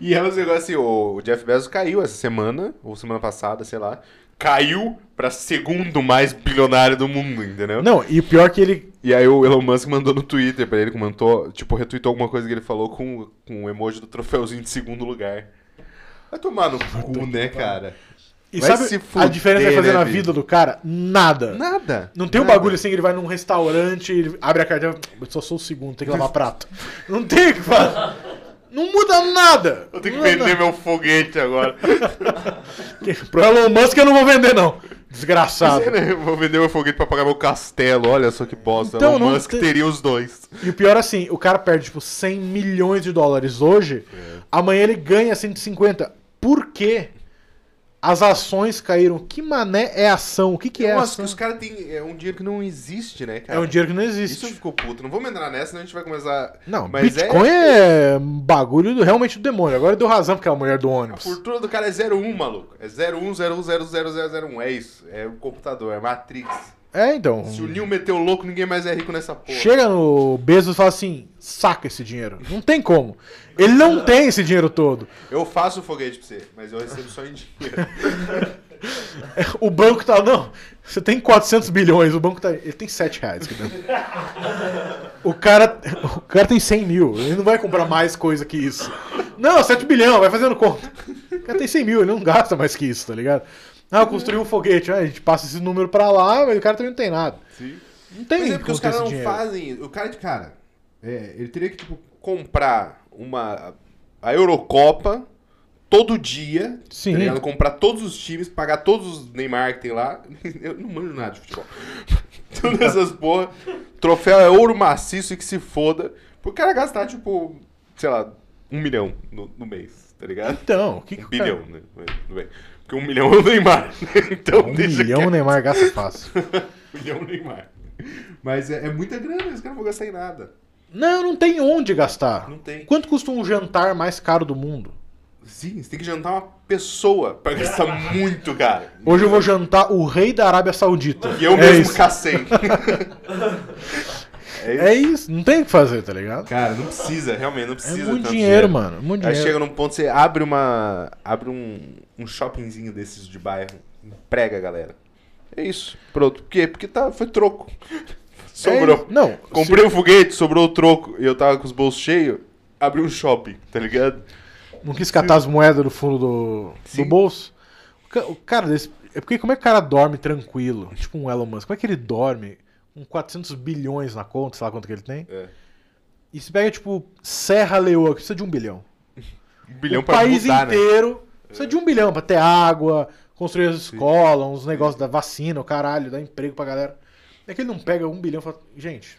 E é um negócio assim, o Jeff Bezos caiu essa semana, ou semana passada, sei lá. Caiu pra segundo mais bilionário do mundo, entendeu?
Não, e o pior é que ele.
E aí o Elon Musk mandou no Twitter pra ele, comentou, tipo, retweetou alguma coisa que ele falou com, com o emoji do troféuzinho de segundo lugar. Vai tomar no cu, né, cara?
E
Vai
sabe
se fuder,
a diferença que vai fazer
né,
na
bicho?
vida do cara? Nada.
Nada.
Não tem um
nada.
bagulho assim que ele vai num restaurante, ele abre a carteira, eu só sou o segundo, tem que lavar prato. Não tem o que fazer. Não muda nada.
Eu tenho que
Não muda
vender meu foguete agora.
nada. Pro Elon Musk eu não vou vender, não. Desgraçado.
Sei, né? Vou vender meu foguete pra pagar meu castelo. Olha só que bosta.
Então,
Elon
não
Musk
tem-
teria os dois.
E o pior assim, o cara perde tipo 100 milhões de dólares hoje,
É.
amanhã ele ganha 150. Por quê? As ações caíram. Que mané é ação? O que, que é
Eu acho que
ação?
os caras têm é um dinheiro que não existe, né, cara?
É um dinheiro que não
Isso
existe.
ficou puto. Não vamos entrar nessa, senão a gente vai começar.
Não,
mas
Bitcoin
é.
é, bagulho do- realmente do demônio. Agora deu razão porque é a mulher do
A
ônibus.
fortuna do cara é 01, maluco. É 01010001. É isso. É o computador, é Matrix.
É, então.
Se o Neo meteu louco, ninguém mais é rico nessa porra.
Chega no Bezos e fala assim: saca esse dinheiro. Não tem como. Ele não tem esse dinheiro todo.
Eu faço o foguete pra você, mas eu recebo só em dinheiro.
O banco tá. Não, você tem 400 bilhões, o banco tá. Ele tem 7 reais aqui dentro. O cara, o cara tem 100 mil, ele não vai comprar mais coisa que isso. Não, 7 bilhão, vai fazendo conta. O cara tem 100 mil, ele não gasta mais que isso, tá ligado? Ah, eu construí um foguete, ah, a gente passa esse número pra lá, mas o cara também não tem nada.
Sim.
Não tem
Mas é porque
como
os
ter
caras
esse
não
dinheiro.
fazem. O cara de cara. é, ele teria que, tipo, comprar uma. A Eurocopa todo dia.
Sim.
tá ligado? comprar todos os times, pagar todos os Neymar que tem lá. Eu não manjo nada de futebol. Todas essas porra. Troféu é ouro maciço e que se foda. Pro cara gastar, tipo, sei lá, um milhão no, no mês, tá ligado?
Então, o que que
Um
o cara-
bilhão, né? Mas Tudo bem. Porque um milhão é o Neymar. né? Então
Um
deixa
milhão o
quieto.
Neymar gasta fácil.
Milhão Neymar. Mas é, é muita grana, os caras não vão gastar em nada.
Não, não tem onde gastar.
Não tem.
Quanto custa um jantar mais caro do mundo?
Sim, você tem que jantar uma pessoa pra gastar muito, cara.
Hoje eu vou jantar o rei da Arábia Saudita.
E eu
é
mesmo
isso.
cacei.
É isso, não tem o que fazer, tá ligado?
Cara, não precisa, realmente, não
É
precisa.
muito dinheiro,
tanto
mano. É Muito
Aí
dinheiro.
chega num ponto, você abre uma. abre um, um shoppingzinho desses de bairro, emprega a galera. É isso. Pronto. Por quê? Porque tá, foi troco.
É
Sobrou.
isso. não,
Comprei o foguete, sobrou o troco e eu tava com os bolsos cheios, abri um shopping, tá ligado?
se- não quis catar as moedas do fundo do, do
Sim.
bolso. O ca- O cara desse. É porque como é que o cara dorme tranquilo? Tipo um Elon Musk. Como é que ele dorme com 400 bilhões na conta, sei lá quanto que ele tem?
É.
E se pega, tipo, Serra Leoa, que precisa de um bilhão.
Um bilhão
o
pra
país
mudar, né?
inteiro precisa de um bilhão pra ter água, construir as escolas, uns negócios da vacina, o caralho, dar emprego pra galera. É que ele não pega um bilhão e fala, gente,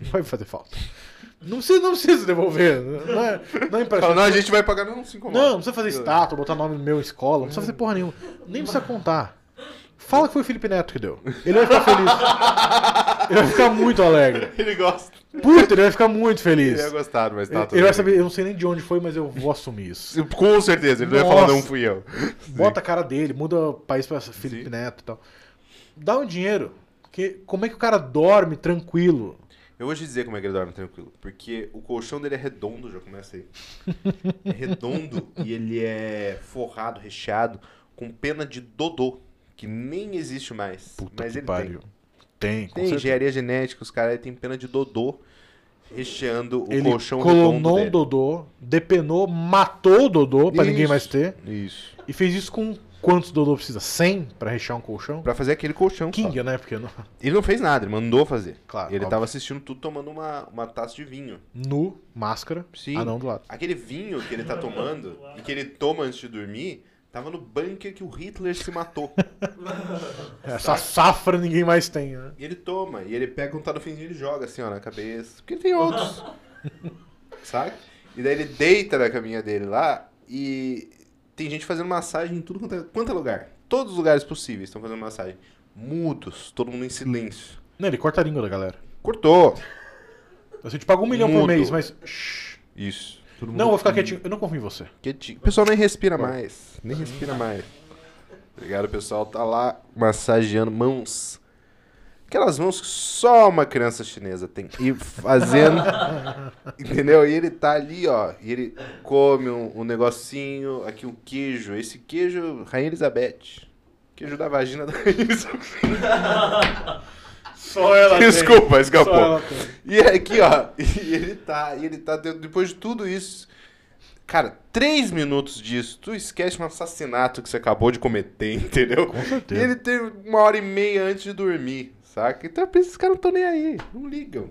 não vai fazer falta. Não precisa, não precisa devolver. Não é, não é
Fala,
empréstimo.
não, a gente vai pagar, não, cinco
Não, não precisa fazer estátua, botar nome no meu em escola, não precisa fazer porra nenhuma. Nem precisa contar. Fala que foi o Felipe Neto que deu. Ele vai ficar feliz. Ele vai ficar muito alegre.
Ele gosta.
Puta, ele vai ficar muito feliz.
Ele ia gostar, mas tá
Ele-
tudo
Ele vai
bem.
saber, eu não sei nem de onde foi, mas eu vou assumir isso.
Com certeza, ele não ia
Nossa.
falar, não fui eu.
Bota a cara dele, muda o país pra Felipe
Sim.
Neto e tal. Dá um dinheiro. Porque como é que o cara dorme tranquilo?
Eu vou te dizer como é que ele dorme tranquilo. Porque o colchão dele é redondo, já comecei. É redondo e ele é forrado, recheado, com pena de dodô, que nem existe mais. mas ele
Tem,
tem. é
com
Tem
certeza.
engenharia genética, os caras têm pena de dodô recheando o
Ele um
colchão redondo
colonou o
dele.
Dodô, depenou, matou o Dodô pra
Isso.
ninguém mais ter.
Isso.
E fez isso com quantos Dodô precisa? 100 pra rechear um colchão?
Pra fazer aquele colchão. só.
Kinga, né? Porque não...
Ele não fez nada, ele mandou fazer.
Claro,
ele
Ah,
tá-
óbvio.
tava assistindo tudo tomando uma, uma taça de vinho.
nu, máscara,
Sim.
anão do lado.
Aquele vinho que ele tá tomando e que ele toma antes de dormir, tava no bunker que o Hitler se matou.
É, Essa safra ninguém mais tem, né?
E ele toma, e ele pega um tarofinzinho e ele joga assim, ó, na cabeça. Porque tem outros. Saca? E daí ele deita na caminha dele lá e tem gente fazendo massagem em tudo quanto é, quanto é lugar. Todos os lugares possíveis estão fazendo massagem. Mudos, todo mundo em silêncio.
Não, ele corta a língua da galera.
Cortou.
Você te paga um milhão por
Mudo.
mês, mas... shh,
Isso. Todo mundo
Não, eu vou ficar quietinho. Eu não confio em você.
Quietinho. O pessoal nem respira mais. Nem respira
Hum.
mais. Obrigado, o pessoal tá lá massageando mãos. Aquelas mãos que só uma criança chinesa tem. E fazendo. entendeu? E ele tá ali, ó. E ele come um, um negocinho. Aqui um queijo. Esse queijo, Rainha Elizabeth. Queijo da vagina da Rainha Elizabeth.
Só ela
Desculpa, escapou.
Só ela tem.
E é aqui, ó, e ele tá, e ele tá, dentro- depois de tudo isso, cara, três minutos disso, tu esquece um assassinato que você acabou de cometer, entendeu? Com
certeza.
E ele teve uma hora e meia antes de dormir, saca? Então, por isso, esses caras não estão nem aí, não ligam.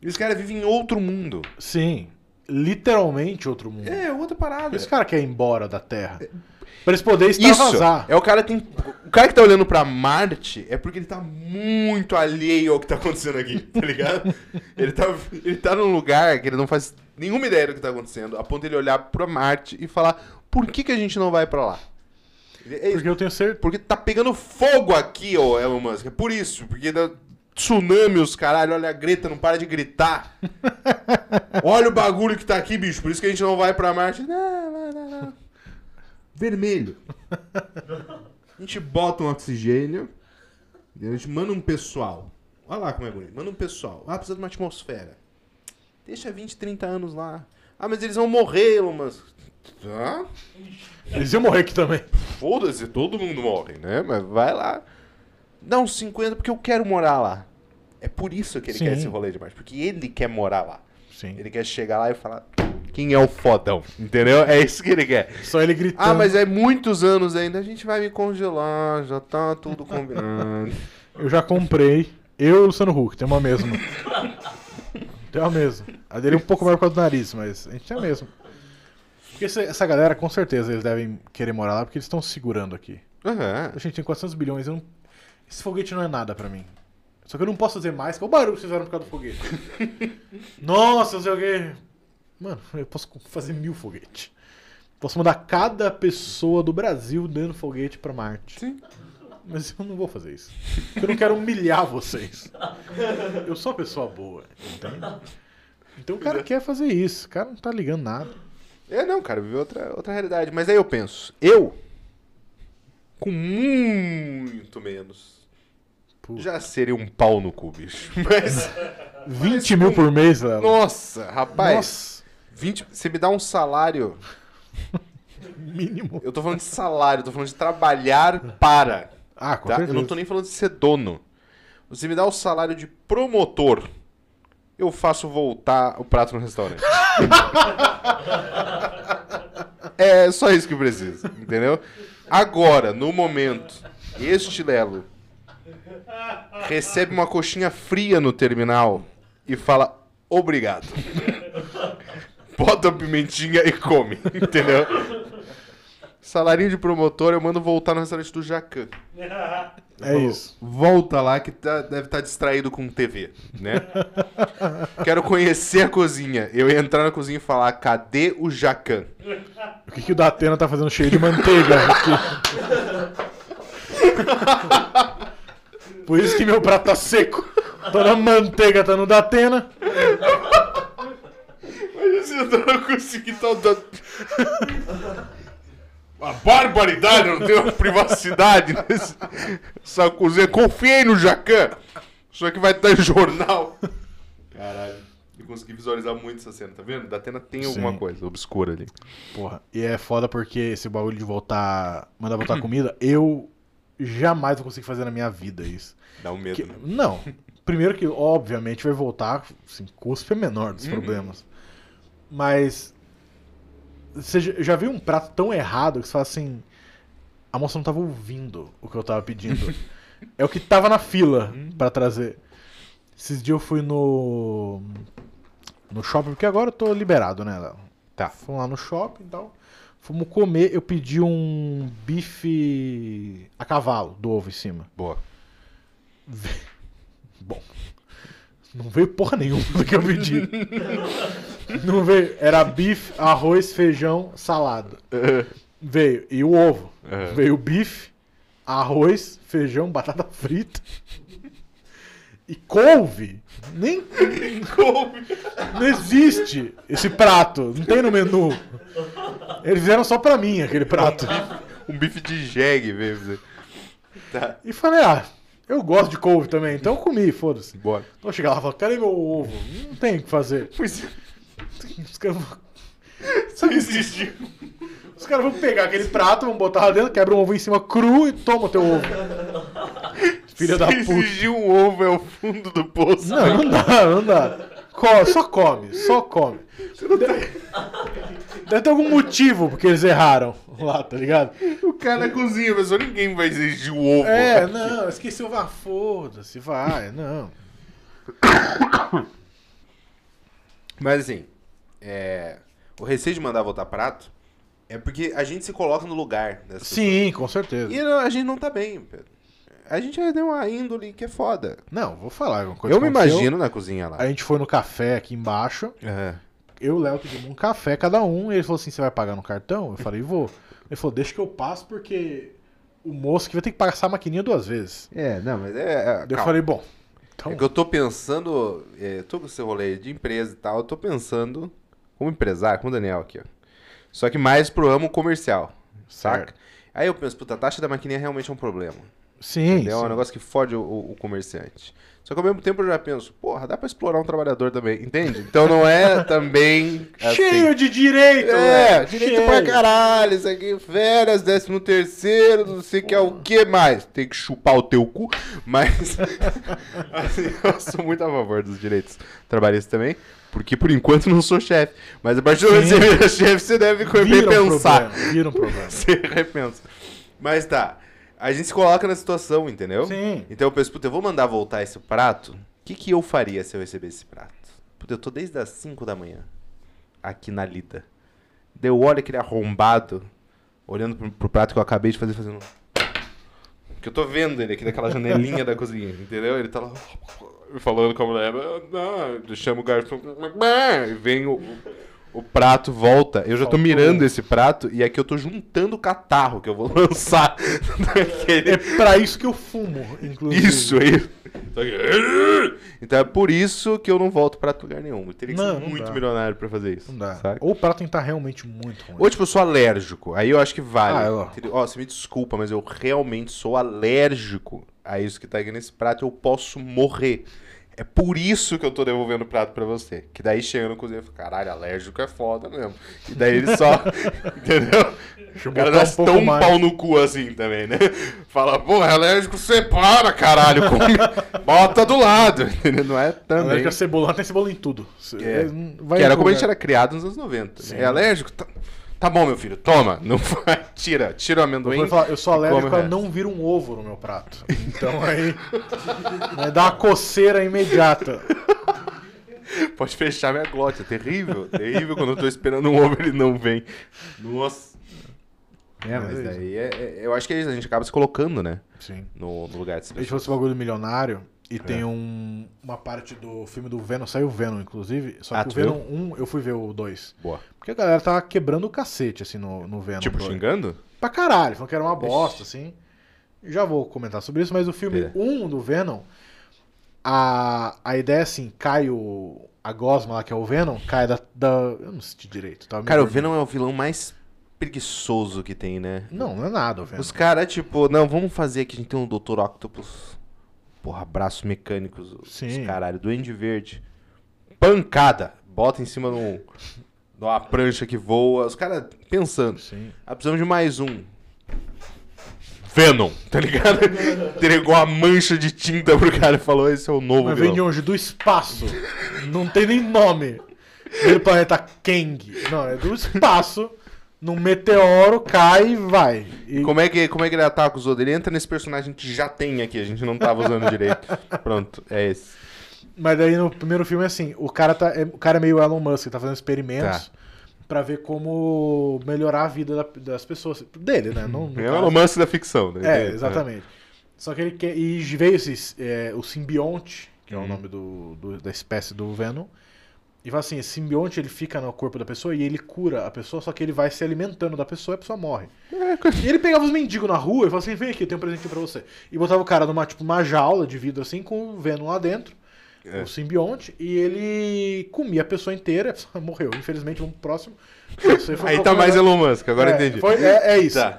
Esses caras vivem em outro mundo.
Sim. Literalmente outro mundo.
É, outra parada.
Esse cara quer ir embora da Terra. Pra eles poderem
Isso,
extravasar.
é o cara que tem, o cara que tá olhando pra Marte é porque ele tá muito alheio ao que tá acontecendo aqui, tá ligado? ele, tá, ele tá num lugar que ele não faz nenhuma ideia do que tá acontecendo, a ponto de ele olhar pra Marte e falar, por que que a gente não vai pra lá? É isso,
Porque eu tenho certeza.
porque tá pegando fogo aqui, ô Elon Musk, é por isso, porque da tsunami os caralho, olha a Greta, não para de gritar. olha o bagulho que tá aqui, bicho, por isso que a gente não vai pra Marte. Não, não, não, não. Vermelho. A gente bota um oxigênio, a gente manda um pessoal. Olha lá como é bonito. Manda um pessoal. Ah, precisa de uma atmosfera. Deixa 20, 30 anos lá. Ah, mas eles vão morrer, Elon Musk. Tá?
Eles iam morrer aqui também.
Foda-se, todo mundo morre, né? Mas vai lá. Dá uns 50 porque eu quero morar lá. É por isso que ele
Sim.
quer esse rolê demais. Porque ele quer morar lá.
Sim.
Ele quer chegar lá e falar quem é o fodão, entendeu? É isso que ele quer.
Só ele gritando.
Ah, mas é muitos anos ainda, a gente vai me congelar, já tá tudo combinado.
Eu já comprei. Eu e o Luciano Huck, tem uma mesma. tem uma mesma. A dele é um pouco maior por causa do nariz, mas a gente tem a mesma. Porque essa, essa galera, com certeza, eles devem querer morar lá porque eles estão segurando aqui.
Aham.
A gente tem 400 bilhões. Eu não... Esse foguete não é nada pra mim. Só que eu não posso fazer mais. Olha o barulho que vocês fizeram por causa do foguete. Nossa, não sei o quê. Mano, eu posso fazer mil foguetes. Posso mandar cada pessoa do Brasil dando foguete pra Marte.
Sim.
Mas eu não vou fazer isso. Porque eu não quero humilhar vocês. Eu sou uma pessoa boa, entende? Então o cara quer fazer isso. O cara não tá ligando nada.
É, não, cara, viver outra, outra realidade. Mas aí eu penso, eu, com muito menos,
Puta.
já seria um pau no cu, bicho. Mas,
20 mil por mês, Léo.
nossa, rapaz,
Nossa,
20, você me dá um salário,
mínimo.
eu tô falando de salário, eu tô falando de trabalhar para,
Ah, com
tá? Eu
certeza.
não tô nem falando de ser dono. Você me dá o salário de promotor, eu faço voltar o prato no restaurante. é só isso que eu preciso, entendeu? Agora, no momento, este Lelo recebe uma coxinha fria no terminal e fala obrigado. Bota a pimentinha e come, entendeu? Salarinho de promotor, eu mando voltar no restaurante do Jacan.
É isso.
Volta lá que tá- deve estar distraído com TV, né? Quero conhecer a cozinha. Eu ia entrar na cozinha e falar, cadê o Jacan?
O que, que o Datena tá fazendo cheio de manteiga aqui? Por isso que meu prato tá seco. Toda a manteiga tá no Datena.
Mas eu não consegui tal da... Uma barbaridade, eu não tenho privacidade nesse- nessa cozinha. Confiei no Jacan. Só que vai estar em jornal. Caralho. Eu consegui visualizar muito essa cena, tá vendo? Da Atena tem alguma
Sim.
coisa obscura ali.
Porra, e é foda porque esse bagulho de voltar, mandar voltar comida, eu jamais vou conseguir fazer na minha vida isso.
Dá um medo,
Que-
né?
não. Primeiro que, obviamente, vai voltar, assim, custo é menor
Uhum.
dos problemas. Mas. Você já já viu um prato tão errado que você fala assim. A moça não tava ouvindo o que eu tava pedindo. é o que tava na fila
Uhum.
pra trazer. Esses dias eu fui no. No shopping, porque agora eu tô liberado, né, Léo?
Tá.
Fomos lá no shopping e tal. Fomos comer, eu pedi um bife a cavalo, do ovo em cima.
Boa.
Bom. Não veio porra nenhuma do que eu pedi. Não veio. Era bife, arroz, feijão, salada. Veio. E o ovo.
Uhum.
Veio o bife, arroz, feijão, batata frita. E couve. Nem. Não existe esse prato. Não tem no menu. Eles fizeram só pra mim aquele prato.
Um bife de jegue, velho. Tá,
E falei, ah, eu gosto de couve também, então eu comi, foda-se.
bora.
Então eu chegar lá e falar, cadê meu ovo? Não tem o que fazer.
Pois é.
Os caras vão-
isso existe.
os caras vão pegar aquele prato, vão botar lá dentro, quebra um ovo em cima cru e toma teu ovo. Filha da puta.
Exigir um ovo é o fundo do poço.
Não, não dá, não dá. Co- só come, só come. Deve, deve ter algum motivo porque eles erraram lá, tá ligado?
O cara cozinha, mas só ninguém vai exigir o ovo.
É, não, esqueceu, vá, foda-se, vai, não.
Mas assim, é, o receio de mandar voltar prato é porque a gente se coloca no lugar dessa
Sim, com certeza.
pessoa. E não- a gente não tá bem, Pedro. A gente já deu uma índole que é foda.
Não, vou falar uma coisa.
Eu me
que aconteceu.
imagino na cozinha lá.
A gente foi no café aqui embaixo.
É.
eu e o Léo pedimos um café cada um. E ele falou assim: você vai pagar no cartão? Eu falei: vou. Ele falou: deixa que eu passo, porque o moço que vai ter que passar a maquininha duas vezes.
É, não, mas é. é
Daí Eu
calma.
falei: bom, então.
É que eu tô pensando, é, tô com esse rolê de empresa e tal, eu tô pensando como empresário, como o Daniel aqui, ó. Só que mais pro ramo comercial, saca?
Certo.
Aí eu penso, puta, a taxa da maquininha realmente é um problema.
Sim,
entendeu? É um
sim.
negócio que fode o, o- o comerciante. Só que ao mesmo tempo eu já penso, porra, dá pra explorar um trabalhador também, entende? Então não é também. assim.
Cheio de direito!
É,
Léo,
direito
cheio.
pra caralho, isso aqui, férias, décimo terceiro, não sei o que é o que mais. Tem que chupar o teu cu, mas assim, eu sou muito a favor dos direitos trabalhistas também, porque por enquanto não sou chefe. Mas a partir do momento que você vira chefe, você deve
Vira um
repensar.
problema. Vira um problema.
Você repensa. Mas tá, a gente se coloca na situação, entendeu?
Sim.
Então eu penso, puta, eu vou mandar voltar esse prato. O que, que eu faria se eu recebesse esse prato? Puta, eu tô desde as 5 da manhã aqui na lida. Deu olho aquele arrombado, olhando pro, pro prato que eu acabei de fazer, fazendo. um Que eu tô vendo ele aqui daquela janelinha da cozinha, entendeu? Ele tá lá ah", falando com a mulher, "Ah, não", ele chama o garçom, e "Ah", vem o, o O prato volta. Eu já tô
Faltou.
mirando esse prato e aqui eu tô juntando o catarro que eu vou lançar. daquele-
É pra isso que eu fumo, inclusive.
Isso aí. Só que- Então é por isso que eu não volto pra lugar nenhum. Eu teria que
Não,
ser
não
muito
dá.
milionário pra fazer isso.
Não dá.
saca?
Ou o prato tem que tá realmente muito ruim.
Ou tipo, eu sou alérgico. Aí eu acho que vale.
Ah,
Ó,
é, ó.
você me desculpa, mas eu realmente sou alérgico a isso que tá aqui nesse prato. Eu posso morrer. É por isso que eu tô devolvendo o prato pra você. Que daí chega no cozinheiro e fala, caralho, alérgico é foda mesmo. E daí ele só. entendeu?
Deixa eu
O cara
botar
dá
um pouco
tão um
mais.
pau no cu assim também, né? Fala, porra, alérgico, separa, caralho. come- Bota do lado. Entendeu? Não é também.
Alérgico a cebola, tem cebola em tudo. Cê-
É.
não vai
que era
em
como a gente
lugar.
era criado nos anos 90.
Sim.
É alérgico? Tá, tá bom, meu filho, toma. Não vai. Tira, tira o
Eu,
amendoim.
vou falar, eu sou
e
alérgico
come o
a
resto.
não vir um ovo no meu prato. Então aí. vai dar uma coceira imediata.
Pode fechar minha glote, é terrível. terrível quando eu tô esperando um ovo ele não vem. Nossa. É, mas
É isso.
daí é, é- eu acho que é isso, a gente acaba se colocando, né?
Sim.
No, no lugar desse
Deixa eu falar esse bagulho do milionário.
É.
E tem um, uma parte do filme do Venom, saiu o Venom, inclusive. Só
Ah,
que o
tu
Venom 1, eu fui ver o 2.
Boa.
Porque a galera tava quebrando o cacete, assim, no, no Venom.
Tipo,
dois.
xingando?
pra caralho, falando que era uma bosta, assim. Já vou comentar sobre isso, mas o filme
Beleza.
1 do Venom, a, a ideia é assim, cai o. A gosma lá, que é o Venom, cai da. da- eu não senti direito, tá?
Cara, o Venom é o vilão mais preguiçoso que tem, né?
Não, não é nada, o Venom.
Os caras, tipo, não, vamos fazer aqui, a gente tem um Dr. Octopus. Porra, braços mecânicos, os
Sim.
caralho, Duende Verde. Pancada! Bota em cima de, um, de uma prancha que voa. Os caras pensando,
Sim.
ah, precisamos de mais um. Venom, tá ligado? Entregou a mancha de tinta pro cara e falou, esse é o novo
Mas um vem de
vilão.
onde? Do espaço. não tem nem nome. Veio do planeta Kang. Não, é do espaço. Num meteoro, cai e vai. E
Como é, que, como é que ele ataca os outros? Ele entra nesse personagem que já tem aqui, a gente não tava usando direito. Pronto, é esse.
Mas daí no primeiro filme é assim, o cara, tá, é- o cara é meio Elon Musk, tá fazendo experimentos pra ver como melhorar a vida da- das pessoas. Dele, né? Não, no
É
caso.
o romance da ficção, né?
É, exatamente. Só que ele quer. E veio esse, é, o simbionte, que
Uhum.
é o nome do, do- da espécie do Venom. E fala assim: esse simbionte ele fica no corpo da pessoa e ele cura a pessoa, só que ele vai se alimentando da pessoa e a pessoa morre.
É,
E ele pegava os mendigos na rua e falava assim: vem aqui, eu tenho um presentinho pra você. E botava o cara numa tipo, uma jaula de vidro assim, com o Venom lá dentro,
É.
o simbionte, e ele comia a pessoa inteira, a pessoa morreu. Infelizmente, vamos pro próximo. Isso foi
Aí
um
tá
pouco
mais Elon Musk, agora
é,
entendi.
foi- é, é isso.
Tá.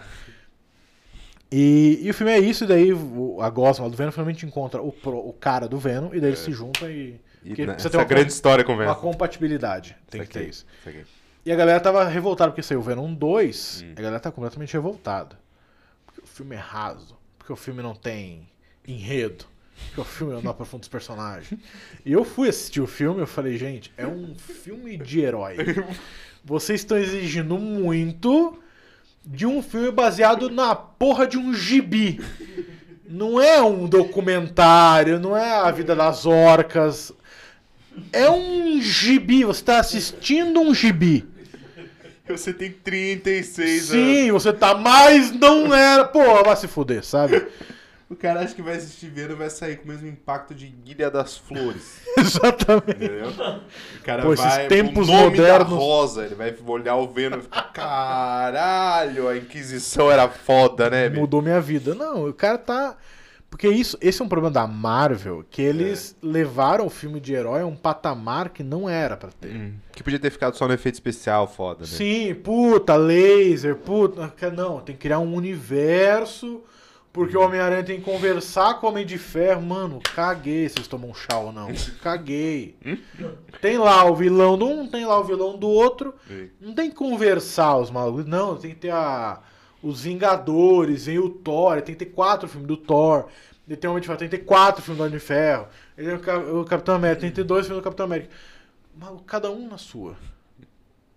E, e o filme é isso, e daí o- a Gosma lá do Venom finalmente encontra o, pro- o cara do Venom, e daí eles se juntam e.
E
porque
na-
precisa
Então, essa
ter uma,
grande história
com- uma
conversa.
compatibilidade. Tem que
Saquei,
ter isso.
saquei.
E a galera tava revoltada porque saiu o Venom 2, a galera tá completamente revoltada. Porque o filme é raso, porque o filme não tem enredo, porque o filme não aprofunda os personagens. E eu fui assistir o filme e eu falei, gente, é um filme de herói. Vocês estão exigindo muito de um filme baseado na porra de um gibi. Não é um documentário, não é a vida das orcas. É um gibi, você tá assistindo um gibi.
Você tem 36 anos.
Sim, você tá, mas não era. Pô, vai se fuder, sabe?
O cara acha que vai assistir vendo vai sair com o mesmo impacto de Ilha das Flores.
Exatamente.
Entendeu? O cara
Pô, esses
vai pro
tempos
nome
modernos.
da Rosa, ele vai olhar o Venom e ficar, caralho, a Inquisição era foda, né, bicho?
Mudou minha vida. Não, o cara tá. Porque isso, esse é um problema da Marvel, que eles levaram o filme de herói a um patamar que não era pra ter.
Hum, Que podia ter ficado só no efeito especial, foda, né?
Sim, puta, laser, puta. Não, tem que criar um universo. Porque o Homem-Aranha tem que conversar com o Homem de Ferro. Mano, caguei se eles tomam um chá ou não. Caguei. Hum? Tem lá o vilão de um, tem lá o vilão do outro.
Sim.
Não tem que conversar os malucos. Não, tem que ter a, os Vingadores, vem o Thor. Tem que ter quatro filmes do Thor. Ele tem o Homem de Ferro, tem que ter quatro filmes do Homem de Ferro. Ele é o, Cap- o Capitão América, tem que ter dois filmes do Capitão América. Maluco, cada um na sua.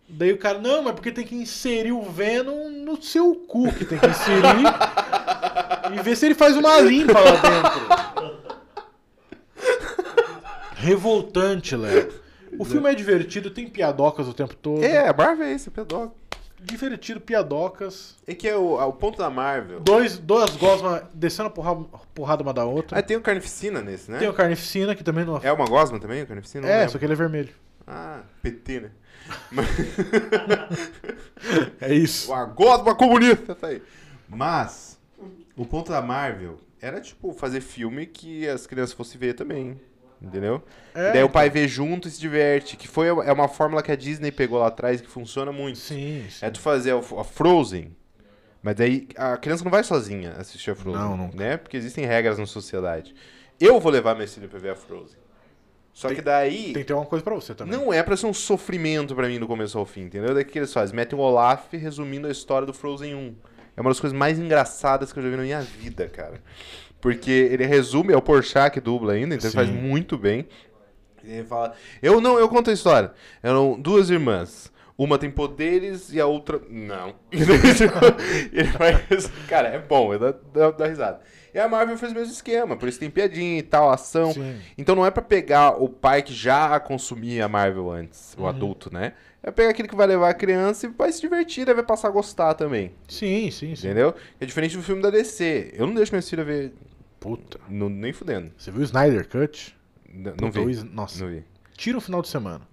Daí o cara, não, mas porque tem que inserir o Venom no seu cu, que tem que inserir e ver se ele faz uma limpa lá dentro. Revoltante, Léo. O filme é divertido, tem piadocas o tempo todo.
É, a Marvel é isso, é pedoca.
Divertido, piadocas.
É que é o, é o ponto da Marvel.
Dois, duas gosmas descendo a porrada, porrada uma da outra.
Ah, tem o Carnificina nesse, né?
Tem o Carnificina, que também não...
É uma gosma também, o Carnificina? É, Não
um- É,
lembro.
só que ele é vermelho.
Ah, PT, né? Mas,
É isso.
o agosma comunista tá aí.
Mas,
O ponto da Marvel era, tipo, fazer filme que as crianças fossem ver também. Entendeu?
É.
Daí o pai vê junto e se diverte. Que foi é uma fórmula que a Disney pegou lá atrás que funciona muito.
Sim, sim.
É tu fazer a a Frozen. Mas daí a criança não vai sozinha assistir a Frozen.
Não, nunca.
Né? Porque existem regras na sociedade. Eu vou levar meu filho pra ver a Frozen. Só que daí.
Tem que ter uma coisa pra você também.
Não é pra ser um sofrimento pra mim do começo ao fim, entendeu? Daí o que eles fazem? Metem o Olaf resumindo a história do Frozen 1. É uma das coisas mais engraçadas que eu já vi na minha vida, cara. Porque ele resume, é o Porchat que dubla ainda, então ele faz
Sim.
muito bem. E ele fala, eu não, eu conto a história. Eram duas irmãs. Uma tem poderes e a outra. Não. ele vai. Cara, é bom, dá, dá, dá risada. E a Marvel fez o mesmo esquema, por isso tem piadinha e tal, ação.
Sim.
Então não é pra pegar o pai que já consumia a Marvel antes,
Uhum.
o adulto, né? É pegar aquele que vai levar a criança e vai se divertir, daí vai passar a gostar também,
Sim, sim, sim.
entendeu? É diferente do filme da DC. Eu não deixo minha filha ver
Puta.
no- nem fudendo.
Você viu o Snyder Cut?
N- Não
Puta, o
vi.
Is- Nossa.
Não vi.
Tira o final de semana.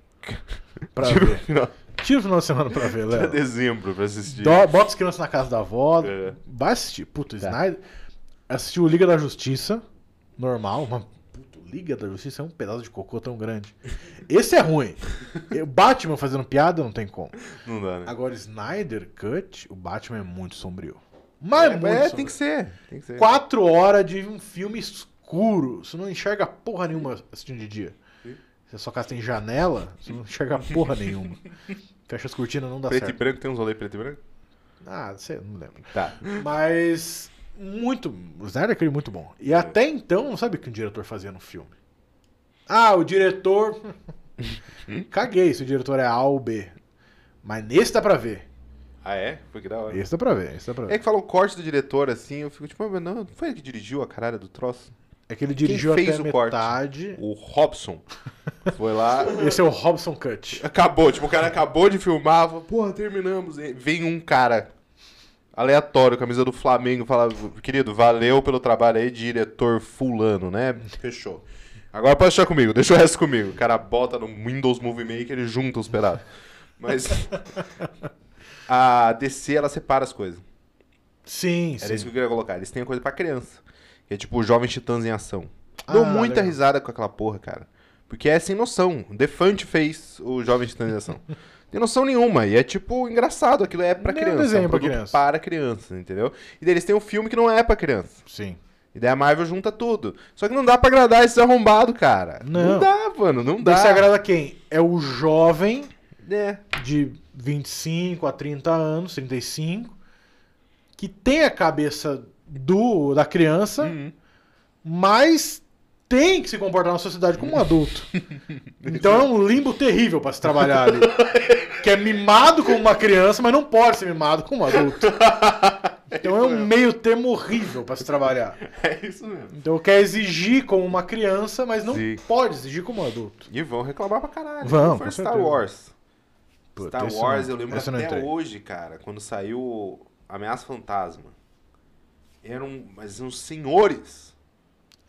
Pra
Tira o
ver.
final
Tira o final de semana pra ver,
pra
Léo.
dezembro pra assistir.
Dó- Bota as crianças na casa da avó.
É.
Vai assistir. Puta,
Tá.
Snyder. Assistiu o Liga da Justiça. Normal. Uma... Puta, Liga da Justiça é um pedaço de cocô tão grande. Esse é ruim. Eu- Batman fazendo piada não tem como.
Não dá, né?
Agora, Snyder Cut, o Batman é muito sombrio. Mas é, muito
é,
sombrio.
tem que ser. Tem que ser.
Quatro horas de um filme escuro. Você não enxerga porra nenhuma assistindo de dia. Se a sua casa tem janela, você não enxerga porra nenhuma. Fecha as cortinas, não dá
Preto e
Tá certo.
branco, tem uns rolê preto e branco?
Ah, não sei, não lembro.
Tá.
Mas muito. O Snyder Cut é muito bom. E até então, não sabe o que um diretor fazia no filme. Ah, o diretor. Caguei se o diretor é A ou B. Mas nesse dá pra ver.
Ah, é? Foi que da hora.
Esse dá pra ver, esse dá pra ver.
É que fala o corte do diretor assim, eu fico tipo, ah, mas não, não foi ele que dirigiu a caralho do troço?
É que ele dirigiu
fez
até a
o corte?
metade.
O Robson foi lá.
Esse é o Robson Cut.
Acabou, tipo, o cara acabou de filmar, falou, porra, terminamos. E Vem um cara aleatório, camisa do Flamengo, fala, querido, valeu pelo trabalho aí, diretor fulano, né? Fechou. Agora pode deixar comigo, deixa o resto comigo. O cara bota no Windows Movie Maker e junta os pedaços. Mas a DC, ela separa as coisas.
Sim,
Era
sim.
isso que eu queria colocar. Eles têm coisa pra criança. Que é tipo Jovens Titãs em Ação. Dou
Ah,
muita
legal.
risada com aquela porra, cara. Porque é sem noção. O Defante fez o Jovens Titãs em Ação. Tem noção nenhuma. E é tipo engraçado. Aquilo é pra
Nem um
criança.
desenho
é um
pra
produto
criança.
para crianças, entendeu? E daí eles têm um filme que não é pra criança.
Sim.
E daí a Marvel junta tudo. Só que não dá pra agradar esses arrombados, cara.
Não.
dá, mano. Não dá.
Daí você agrada quem? É o jovem
É.
de 25 a 30 anos, 35, que tem a cabeça do da criança,
Uhum.
mas tem que se comportar na sociedade como um adulto. Então é um limbo terrível pra se trabalhar ali. Que é mimado como uma criança, mas não pode ser mimado como um adulto. Então é um meio termo horrível pra se trabalhar.
É isso mesmo.
Então quer exigir como uma criança, mas não
Sim.
pode exigir como um adulto.
E vão reclamar pra caralho.
Vão,
Não foi
com
Star
certeza.
Wars. Star
Puta, esse
Wars,
não-
eu lembro
esse não
até
entrei.
hoje, cara, quando saiu Ameaça Fantasma. Eram, mas eram senhores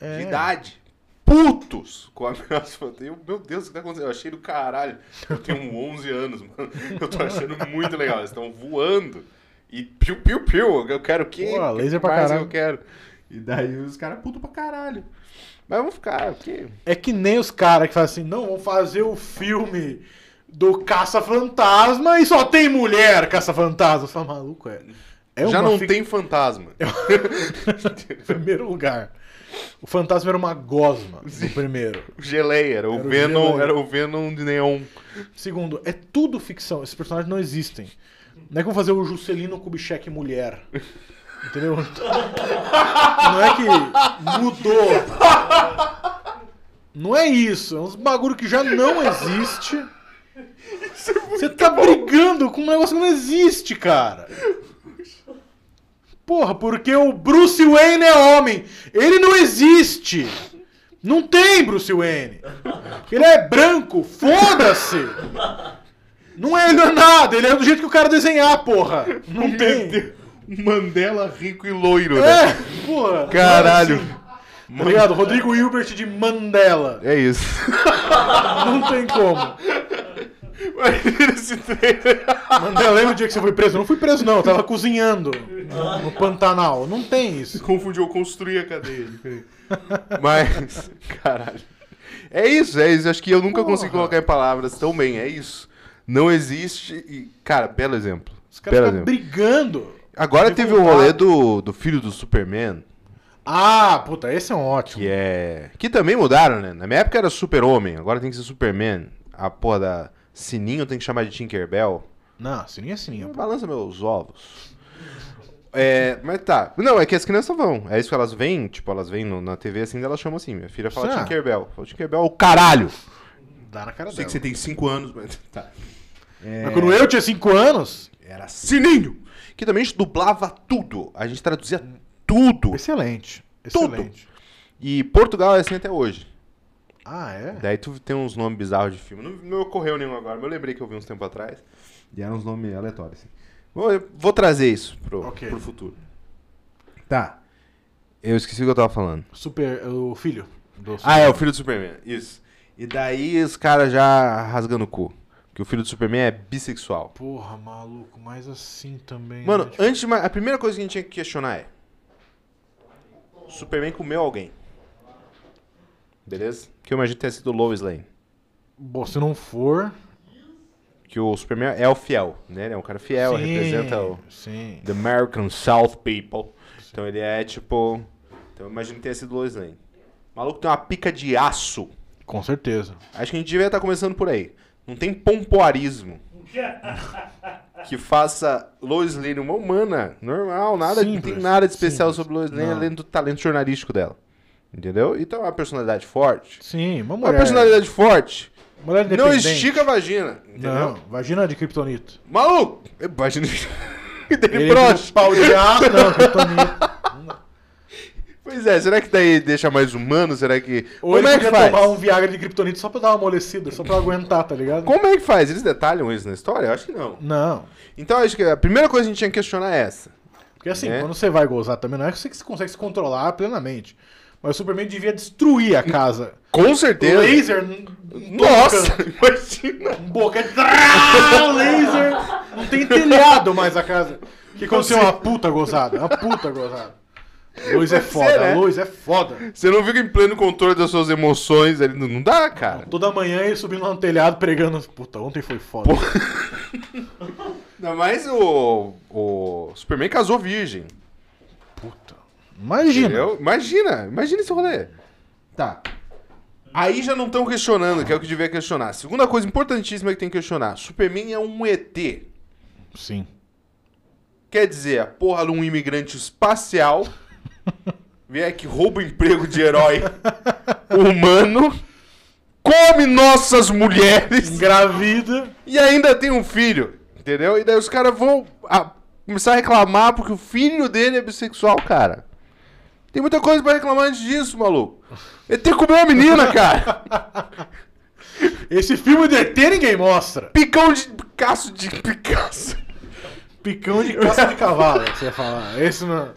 É.
de idade, putos com a Ameaça Fantasma. Eu, meu Deus, o que tá acontecendo? Eu achei do caralho. Eu tenho 11 anos, mano. Eu tô achando muito legal. Eles estão voando. E piu, piu, piu. Eu quero o quê?
Pô,
O que
laser pra
mais
caralho.
Eu quero. E daí os caras putos pra caralho. Mas vamos ficar, porque...
É que nem os caras que falam assim, não, vão fazer o filme do Caça-Fantasma e só tem mulher Caça-Fantasma. Você fala, maluco, é. é
Já
uma
não
fic-
tem fantasma.
em primeiro lugar. O fantasma era uma gosma no primeiro.
O Geleia, era o,
Era o
Venom,
Geleia.
era o Venom de neon.
Segundo, é tudo ficção. Esses personagens não existem. Não é como fazer o Juscelino Kubitschek mulher. Entendeu? Não é que mudou. Não é isso. É uns bagulho que já não existe. Você tá brigando com um negócio que não existe, cara. Porra, porque o Bruce Wayne é homem. Ele não existe. Não tem Bruce Wayne. Ele é branco, foda-se! Não é, ele não é nada, ele é do jeito que o cara desenhar, porra! Não tem!
Um Mandela rico e loiro, né?
É, porra!
Caralho.
Tá É. ligado? Rodrigo Hilbert de Mandela.
É isso.
Não tem como.
Imagina esse trailer.
Mandela, lembra o dia que você foi preso? Eu não fui preso, não. Eu tava cozinhando no Pantanal. Não tem isso.
Confundiu, eu construí a cadeia. diferente. Mas, caralho. É isso, é isso. Acho que eu nunca consegui
Porra.
colocar em palavras tão bem. É isso. Não existe. E, cara, belo exemplo.
Os caras
Belo
ficam
exemplo.
brigando.
Agora
de
teve o
vontade.
rolê do, do filho do Superman,
Ah, puta, esse é um ótimo.
que é. Que também mudaram, né? Na minha época era Super-Homem, agora tem que ser Superman. A porra da Sininho tem que chamar de Tinkerbell.
Não, sininho é sininho. pô.
Balança meus ovos. É, mas tá. Não, é que as crianças vão. É isso que elas veem, tipo, elas veem no- na TV assim, elas chamam assim. Minha filha fala
Será?
Tinkerbell. Fala Tinkerbell, é o caralho!
Dá na cara
Eu
dela. É.
sei que você tem 5 anos, mas tá.
Mas quando eu tinha 5 anos,
Era Sininho! Que também a gente dublava tudo. A gente traduzia tudo.
excelente.
Tudo.
Excelente.
E Portugal é assim até hoje.
Ah, é?
Daí tu tem uns nomes bizarros de filme. Não, não ocorreu nenhum agora, mas eu lembrei que eu vi uns tempo atrás. E eram uns nomes aleatórios, assim. Vou, eu vou trazer isso pro,
Ok.
pro futuro. Tá. Eu esqueci o que eu tava falando.
Super. é O filho do.
Ah, é, o filho do Superman. Isso. E daí os caras já rasgando o cu. Que o filho do Superman é bissexual.
Porra, maluco, mas assim também.
Mano,
né?
antes de mais, a primeira coisa que a gente tinha que questionar é: o Superman comeu alguém. Beleza? Que eu imagino que tenha sido o Lois Lane.
Bom, se não for.
Que o Superman é o fiel, né? Ele é um cara fiel,
sim,
representa o
Sim.
The American South People. Então ele é tipo. Então eu imagino que tenha sido Lois Lane. O maluco tem uma pica de aço.
Com certeza.
Acho que a gente devia estar começando por aí. Não tem pompoarismo. que faça Lois Lane uma humana, normal, nada, não tem
Simples,
nada de especial
simples.
sobre Lois Lane
Não.
além do talento jornalístico dela. Entendeu? Então é uma personalidade forte. É
Sim, uma
Uma
mulher.
personalidade forte
mulher
não
independente.
estica a vagina, entendeu?
Não, vagina de kryptonito.
Maluco! é Vagina e dele
Ele tem
brocha.
um pau de aço, não, kryptonito.
Pois é, será que daí deixa mais humano? Será que.
Ou
Como
ele
é que
podia
faz?
tomar um Viagra de kryptonito só pra dar uma amolecida, só pra aguentar, tá ligado?
Como é que faz? Eles detalham isso na história? Eu acho que não.
Não.
Então acho que a primeira coisa que a gente tinha que questionar é essa.
Porque assim,
Né?
quando você vai gozar também, não é que você consegue se controlar plenamente. Mas o Superman devia destruir a casa.
Com certeza.
Laser. n- n-
Nossa, imagina.
Um boca. Trá, Laser! Não tem telhado mais a casa. Que aconteceu uma puta gozada. Uma puta gozada. Luz é
Pode ser,
foda,
né?
a luz é foda.
Você não fica em pleno controle das suas emoções ali. Não, não dá, cara.
Toda manhã ele subindo lá no telhado pregando. Puta, ontem foi foda.
Ainda mais o, o Superman casou virgem.
Puta. Imagina.
Entendeu? Imagina, imagina esse rolê. Tá. Aí já não estão questionando, que é o que devia questionar. Segunda coisa importantíssima que tem que questionar: Superman é um ET.
Sim.
Quer dizer, a porra de um imigrante espacial vier que rouba o emprego de herói humano, come nossas mulheres
Engravida.
e ainda tem um filho, entendeu? E daí os caras vão ah, começar a reclamar porque o filho dele é bissexual, cara. Tem muita coisa pra reclamar antes disso, maluco. Ele tem que comer uma menina, cara.
Esse filme de ET ninguém mostra.
Picão de Picasso de Picasso.
Picão de caça de cavalo, você ia falar. Esse não.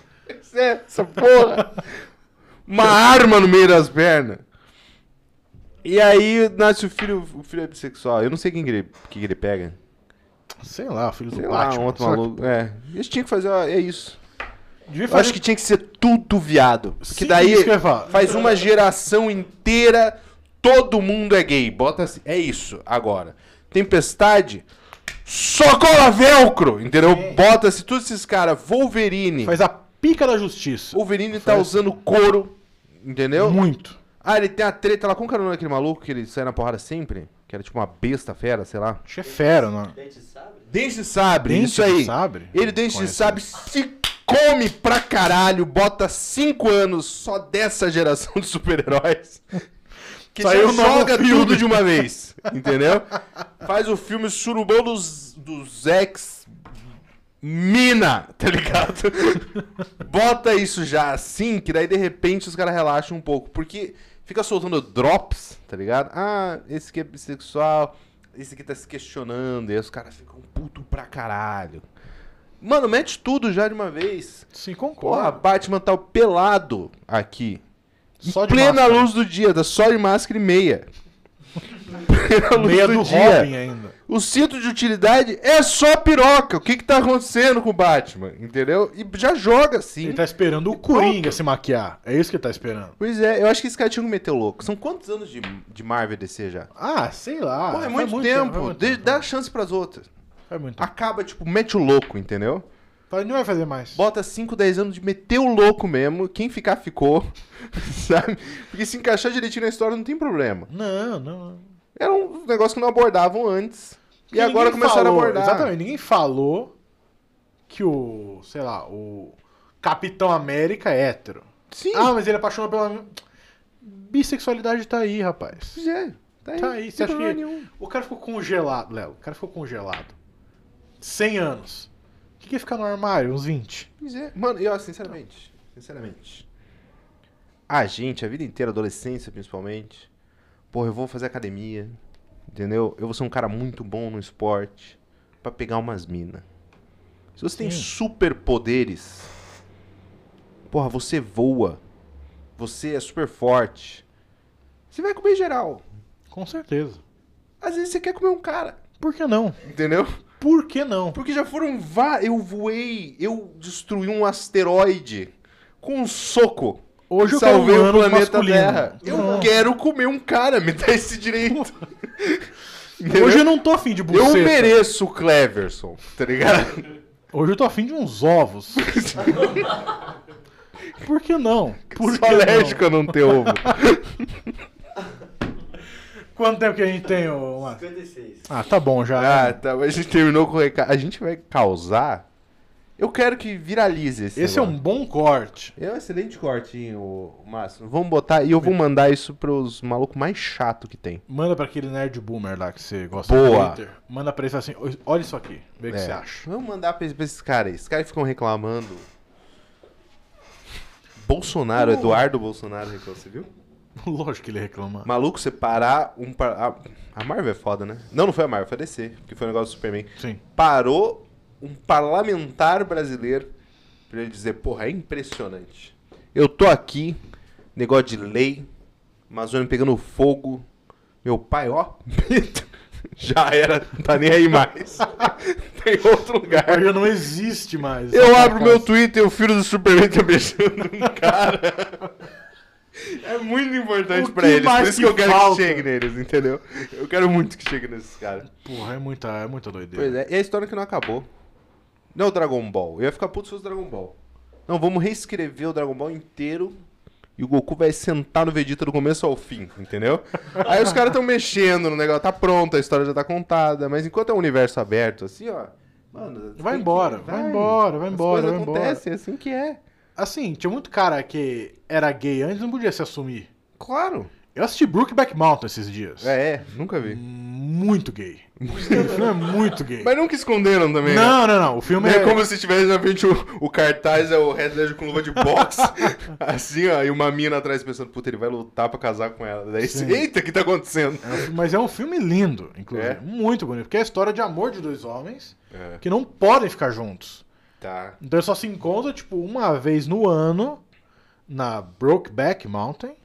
É, essa porra. Uma arma no meio das pernas. E aí nasce o filho, o filho é bissexual. Eu não sei quem que ele, que que ele pega.
Sei lá, filho
Sei
do
lá,
Batman.
um outro
sei lá.
maluco. É, eles tinham que fazer, ó, é isso.
Devia
Eu
fazer...
acho que tinha que ser tudo viado. Porque
Sim,
daí
isso que eu ia falar.
faz uma geração inteira, todo mundo é gay. Bota assim, é isso agora. Tempestade, só cola velcro, entendeu? Bota-se todos esses caras, Wolverine.
É. Faz a pica da justiça.
Wolverine tá usando couro, entendeu?
Muito.
Ah, ele tem a treta lá. Como que era o nome daquele maluco que ele sai na porrada sempre? Que era tipo uma besta fera, sei lá.
Acho que é fera, não.
Dente de sabre?
Dente de sabre,
Dente
isso
de
aí.
sabre?
Ele, dente de
Conhece.
sabre, se come pra caralho, bota 5 anos só dessa geração de super-heróis. Que
Saiu um
já
novo
joga
filme.
tudo de uma vez, entendeu? Faz o filme surubão dos, dos ex... Mina, tá ligado? Bota isso já assim, que daí de repente os caras relaxam um pouco. Porque fica soltando drops, tá ligado? Ah, esse aqui é bissexual, esse aqui tá se questionando. E aí os caras ficam puto pra caralho. Mano, mete tudo já de uma vez.
Sim,
Porra,
concordo.
Batman tá pelado aqui.
Só de
Plena
máscara.
luz do dia, tá só de máscara e meia.
Pela luz
Meia
do
do
dia.
Robin ainda.
O cinto de utilidade é só piroca. O que que tá acontecendo com o Batman? Entendeu? E já joga assim.
Ele tá esperando o Coringa se maquiar. É isso que ele tá esperando.
Pois é, eu acho que esse cara tinha que meter o louco. São quantos anos de, de Marvel e DC já?
Ah, sei lá.
Pô, é
faz
muito, tempo.
faz muito
Dê-
tempo.
Dá chance pras outras.
Faz muito tempo.
Acaba, tipo, mete o louco, entendeu?
Ele Ah, não vai fazer mais.
Bota 5, 10 anos de meter o louco mesmo. Quem ficar, ficou. Sabe? Porque se encaixar direitinho na história não tem problema.
Não, não. não.
Era um negócio que não abordavam antes. E agora
Ninguém
começaram
falou-
a abordar.
Exatamente, ninguém falou que o, sei lá, o Capitão América é hétero.
Sim,
Ah, mas ele apaixonou pela. Bissexualidade tá aí, rapaz.
pois é. Tá aí.
Tá aí,
Sem
você acha
problema
que-
nenhum.
O cara ficou congelado, Léo. O cara ficou congelado. 100 anos. O que, que ia ficar no armário? Uns 20.
Pois é. Mano, eu, sinceramente, sinceramente. A gente, a vida inteira, adolescência principalmente. Porra, eu vou fazer academia. Entendeu? Eu vou ser um cara muito bom no esporte. Pra pegar umas minas. Se você tem
Sim.
superpoderes. Porra, você voa. Você é super forte. Você vai comer geral.
Com certeza.
Às vezes você quer comer um cara.
Por que não?
Entendeu?
Por que não?
Porque já foram vá, eu voei, eu destruí um asteroide com um soco.
Hoje eu
Salvei
quero
o
um humano
planeta
masculino.
Terra. Eu
Não.
quero comer um cara, me dá esse direito. Entendeu?
Hoje eu não tô afim de
eu
buceta.
mereço o Cleverson, tá ligado?
Hoje eu tô afim de uns ovos. Por que não? Por
Sou alérgico a não ter ovo.
Quanto tempo que a gente tem, ô Márcio?
56.
Ah, tá bom já.
ah, tá, mas a gente terminou com o recado. A gente vai causar. Eu quero que viralize esse
Esse é um
negócio.
bom corte.
É um excelente cortinho, ô, Márcio. Vamos botar, e eu vou mandar isso pros malucos mais chato que tem.
Manda pra aquele nerd boomer lá que você gosta
Boa.
do Twitter. Manda pra ele e fala assim, "Oi, olha isso aqui, vê o que você acha.
É. Vamos mandar pra, pra esses caras aí. Esses caras ficam reclamando. Bolsonaro, Eduardo Bolsonaro reclamou, você viu?
Lógico que ele reclama.
Maluco, separar um. par- A, a Marvel é foda, né? Não, não foi a Marvel, foi a DC, porque foi um negócio do Superman.
Sim.
Parou um parlamentar brasileiro pra ele dizer: porra, é impressionante. Eu tô aqui, negócio de lei, Amazônia pegando fogo. Meu pai, ó, já era, não tá nem aí mais. Tem outro lugar.
Mas já não existe mais.
Eu
Essa
abro
casa.
meu Twitter e o filho do Superman tá beijando um cara. É muito importante
O
pra
que
eles, por
mais
isso
que
que eu quero
falta?
que chegue neles, entendeu? Eu quero muito que chegue nesses caras.
Porra, é muita, é muita doideira.
Pois é, e a história que não acabou. Não é o Dragon Ball. Eu ia ficar puto se fosse Dragon Ball. Não, vamos reescrever o Dragon Ball inteiro e o Goku vai sentar no Vegeta do começo ao fim, entendeu? Aí os caras estão mexendo no negócio, tá pronto, a história já tá contada, mas enquanto é um universo aberto, assim, ó. Mano,
Vai
tem que-
embora, vai embora, vai
As
embora,
coisas
vai embora.
acontecem, assim que é.
Assim, tinha muito cara que era gay antes e não podia se assumir.
Claro.
Eu assisti Brookback Mountain esses dias.
É, é, nunca
Hum.
vi.
Muito gay. o filme é muito gay.
Mas nunca esconderam também, né?
Não, não, não. O filme
Não
é.
é como se tivesse na frente o, o cartaz, é o Red Ledger com luva de boxe, assim, ó, e uma mina atrás pensando, puta, ele vai lutar pra casar com ela. Daí,
Sim.
eita, o que tá acontecendo?
é um filme- Mas é um filme lindo, inclusive.
É?
Muito bonito. Porque é a história de amor de dois homens
É,
que não podem ficar juntos.
tá.
Então eles só se encontram, tipo, uma vez no ano na Brokeback Mountain.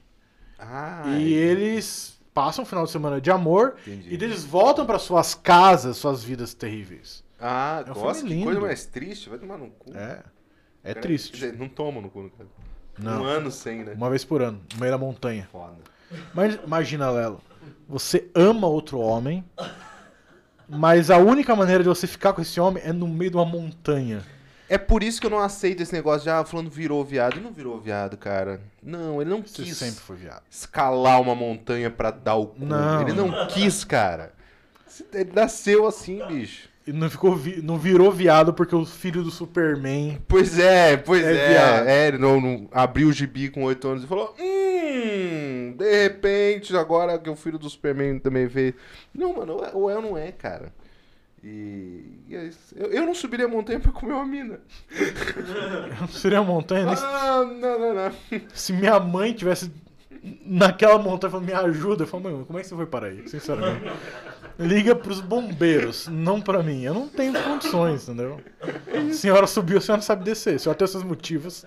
Ah,
E eles passam um final de semana de amor
Entendi.
e daí eles voltam pra suas casas, suas vidas terríveis.
ah
É um
nossa,
filme
que
lindo.
coisa mais triste, vai tomar no cu.
É. É
Cara, Quer
triste.
dizer, não toma no cu, no cara. Um
Não.
ano sem, né?
Uma vez por ano, no meio da montanha.
Foda.
Mas imagina, Lelo, você ama outro homem, mas a única maneira de você ficar com esse homem é no meio de uma montanha.
É por isso que eu não aceito esse negócio de, ah, fulano virou viado. Ele não virou viado, cara. Não, ele não
Você
quis.
sempre foi viado.
escalar uma montanha pra dar o cu.
Não.
Ele não quis, cara. Ele nasceu assim, bicho.
E não, ficou vi- não virou viado porque o filho do Superman.
Pois é, pois
É
é.
viado.
É, ele não, não- abriu o gibi com 8 anos e falou: Hum, de repente, agora que o filho do Superman também fez. Não, mano, ou é- ou é ou não é, cara. E. e é isso. eu, eu não subiria a montanha pra comer uma mina.
Seria uma montanha? né?
Ah, não, não, não.
Se minha mãe tivesse naquela montanha falando, me ajuda, eu falo, mãe, como é que você foi para aí? Sinceramente. Liga pros bombeiros, não pra mim. Eu não tenho condições, entendeu? A senhora subiu, a senhora não sabe descer. A senhora tem os seus motivos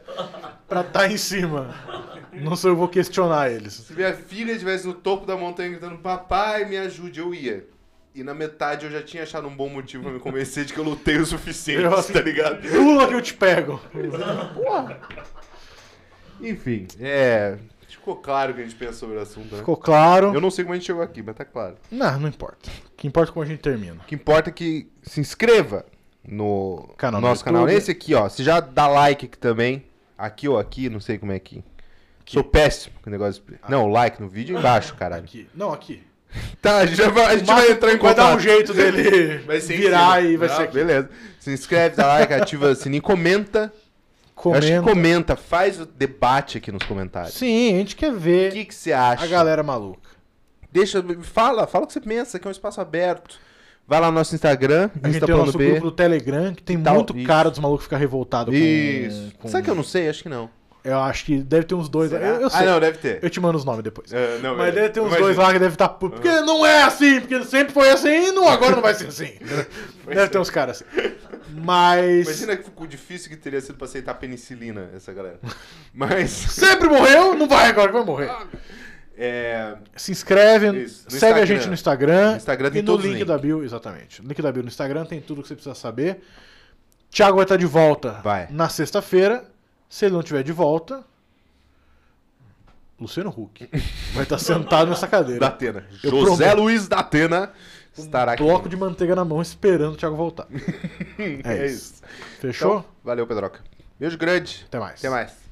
pra estar em tá cima. Não sou eu vou questionar eles.
Se minha filha estivesse no topo da montanha gritando, papai, me ajude, eu ia. E na metade eu já tinha achado um bom motivo pra me convencer de que eu lutei o suficiente,
Eu-
tá ligado?
Lula que eu te pego.
Enfim, é. Ficou claro o que a gente pensa sobre o assunto, né?
Ficou claro?
Eu não sei como a gente chegou aqui, mas tá claro.
Não, não importa. O que importa é como a gente termina.
O que importa é que se inscreva no
Canal no
nosso
YouTube.
canal. Esse aqui, ó. Se já dá like aqui também. Aqui ou aqui, não sei como é que. Sou péssimo com o negócio. de- Não, like no vídeo é embaixo, caralho.
Ah. Aqui. Não, aqui.
Tá, a gente, já vai, a gente vai entrar
Vai
em contato.
dar um jeito dele
Vai ser em
virar
cima.
e vai
Ah,
ser aqui.
Beleza. Se inscreve, dá like, ativa o sininho, comenta. Eu acho que
Comenta.
comenta, faz o debate aqui nos comentários.
Sim, a gente quer
O
ver
que, que você acha?
a galera maluca.
Deixa, fala, fala o que você pensa, que é um espaço aberto. Vai lá no nosso Instagram,
A gente tem o nosso
insta.b.
grupo do Telegram, que tem
tal?
muito
Isso.
cara dos malucos ficar revoltado com...
Isso.
com-
Sabe que eu não sei? Acho que não.
Eu acho que deve ter uns dois. Eu, eu sei.
Ah, não, deve ter.
Eu te mando os nomes depois.
É, não,
Mas
eu-
deve ter uns
imagina.
dois lá que deve estar puto. Porque não é assim, porque sempre foi assim e não, agora não vai ser assim. deve ter uns caras assim. Mas.
é. Imagina que ficou difícil que teria sido pra aceitar penicilina, essa galera. Mas.
Sempre morreu, não vai agora que vai morrer.
É,
Se inscreve,
Isso, no
segue
Instagram.
a gente no Instagram.
No Instagram tem
e no
todos os
link
links.
da bio, exatamente. No link da bio no Instagram tem tudo que você precisa saber. Thiago vai estar de volta
Vai.
na sexta-feira. Se ele não tiver de volta, Luciano Huck vai estar sentado nessa
da
cadeira.
Atena.
Eu
José
prometo. Um
Luiz da Atena estará aqui.
Bloco de manteiga na mão esperando o Thiago voltar.
É
É
isso.
Fechou?
Então, valeu, Então, Pedroca. Beijo grande.
Até mais.
Até mais.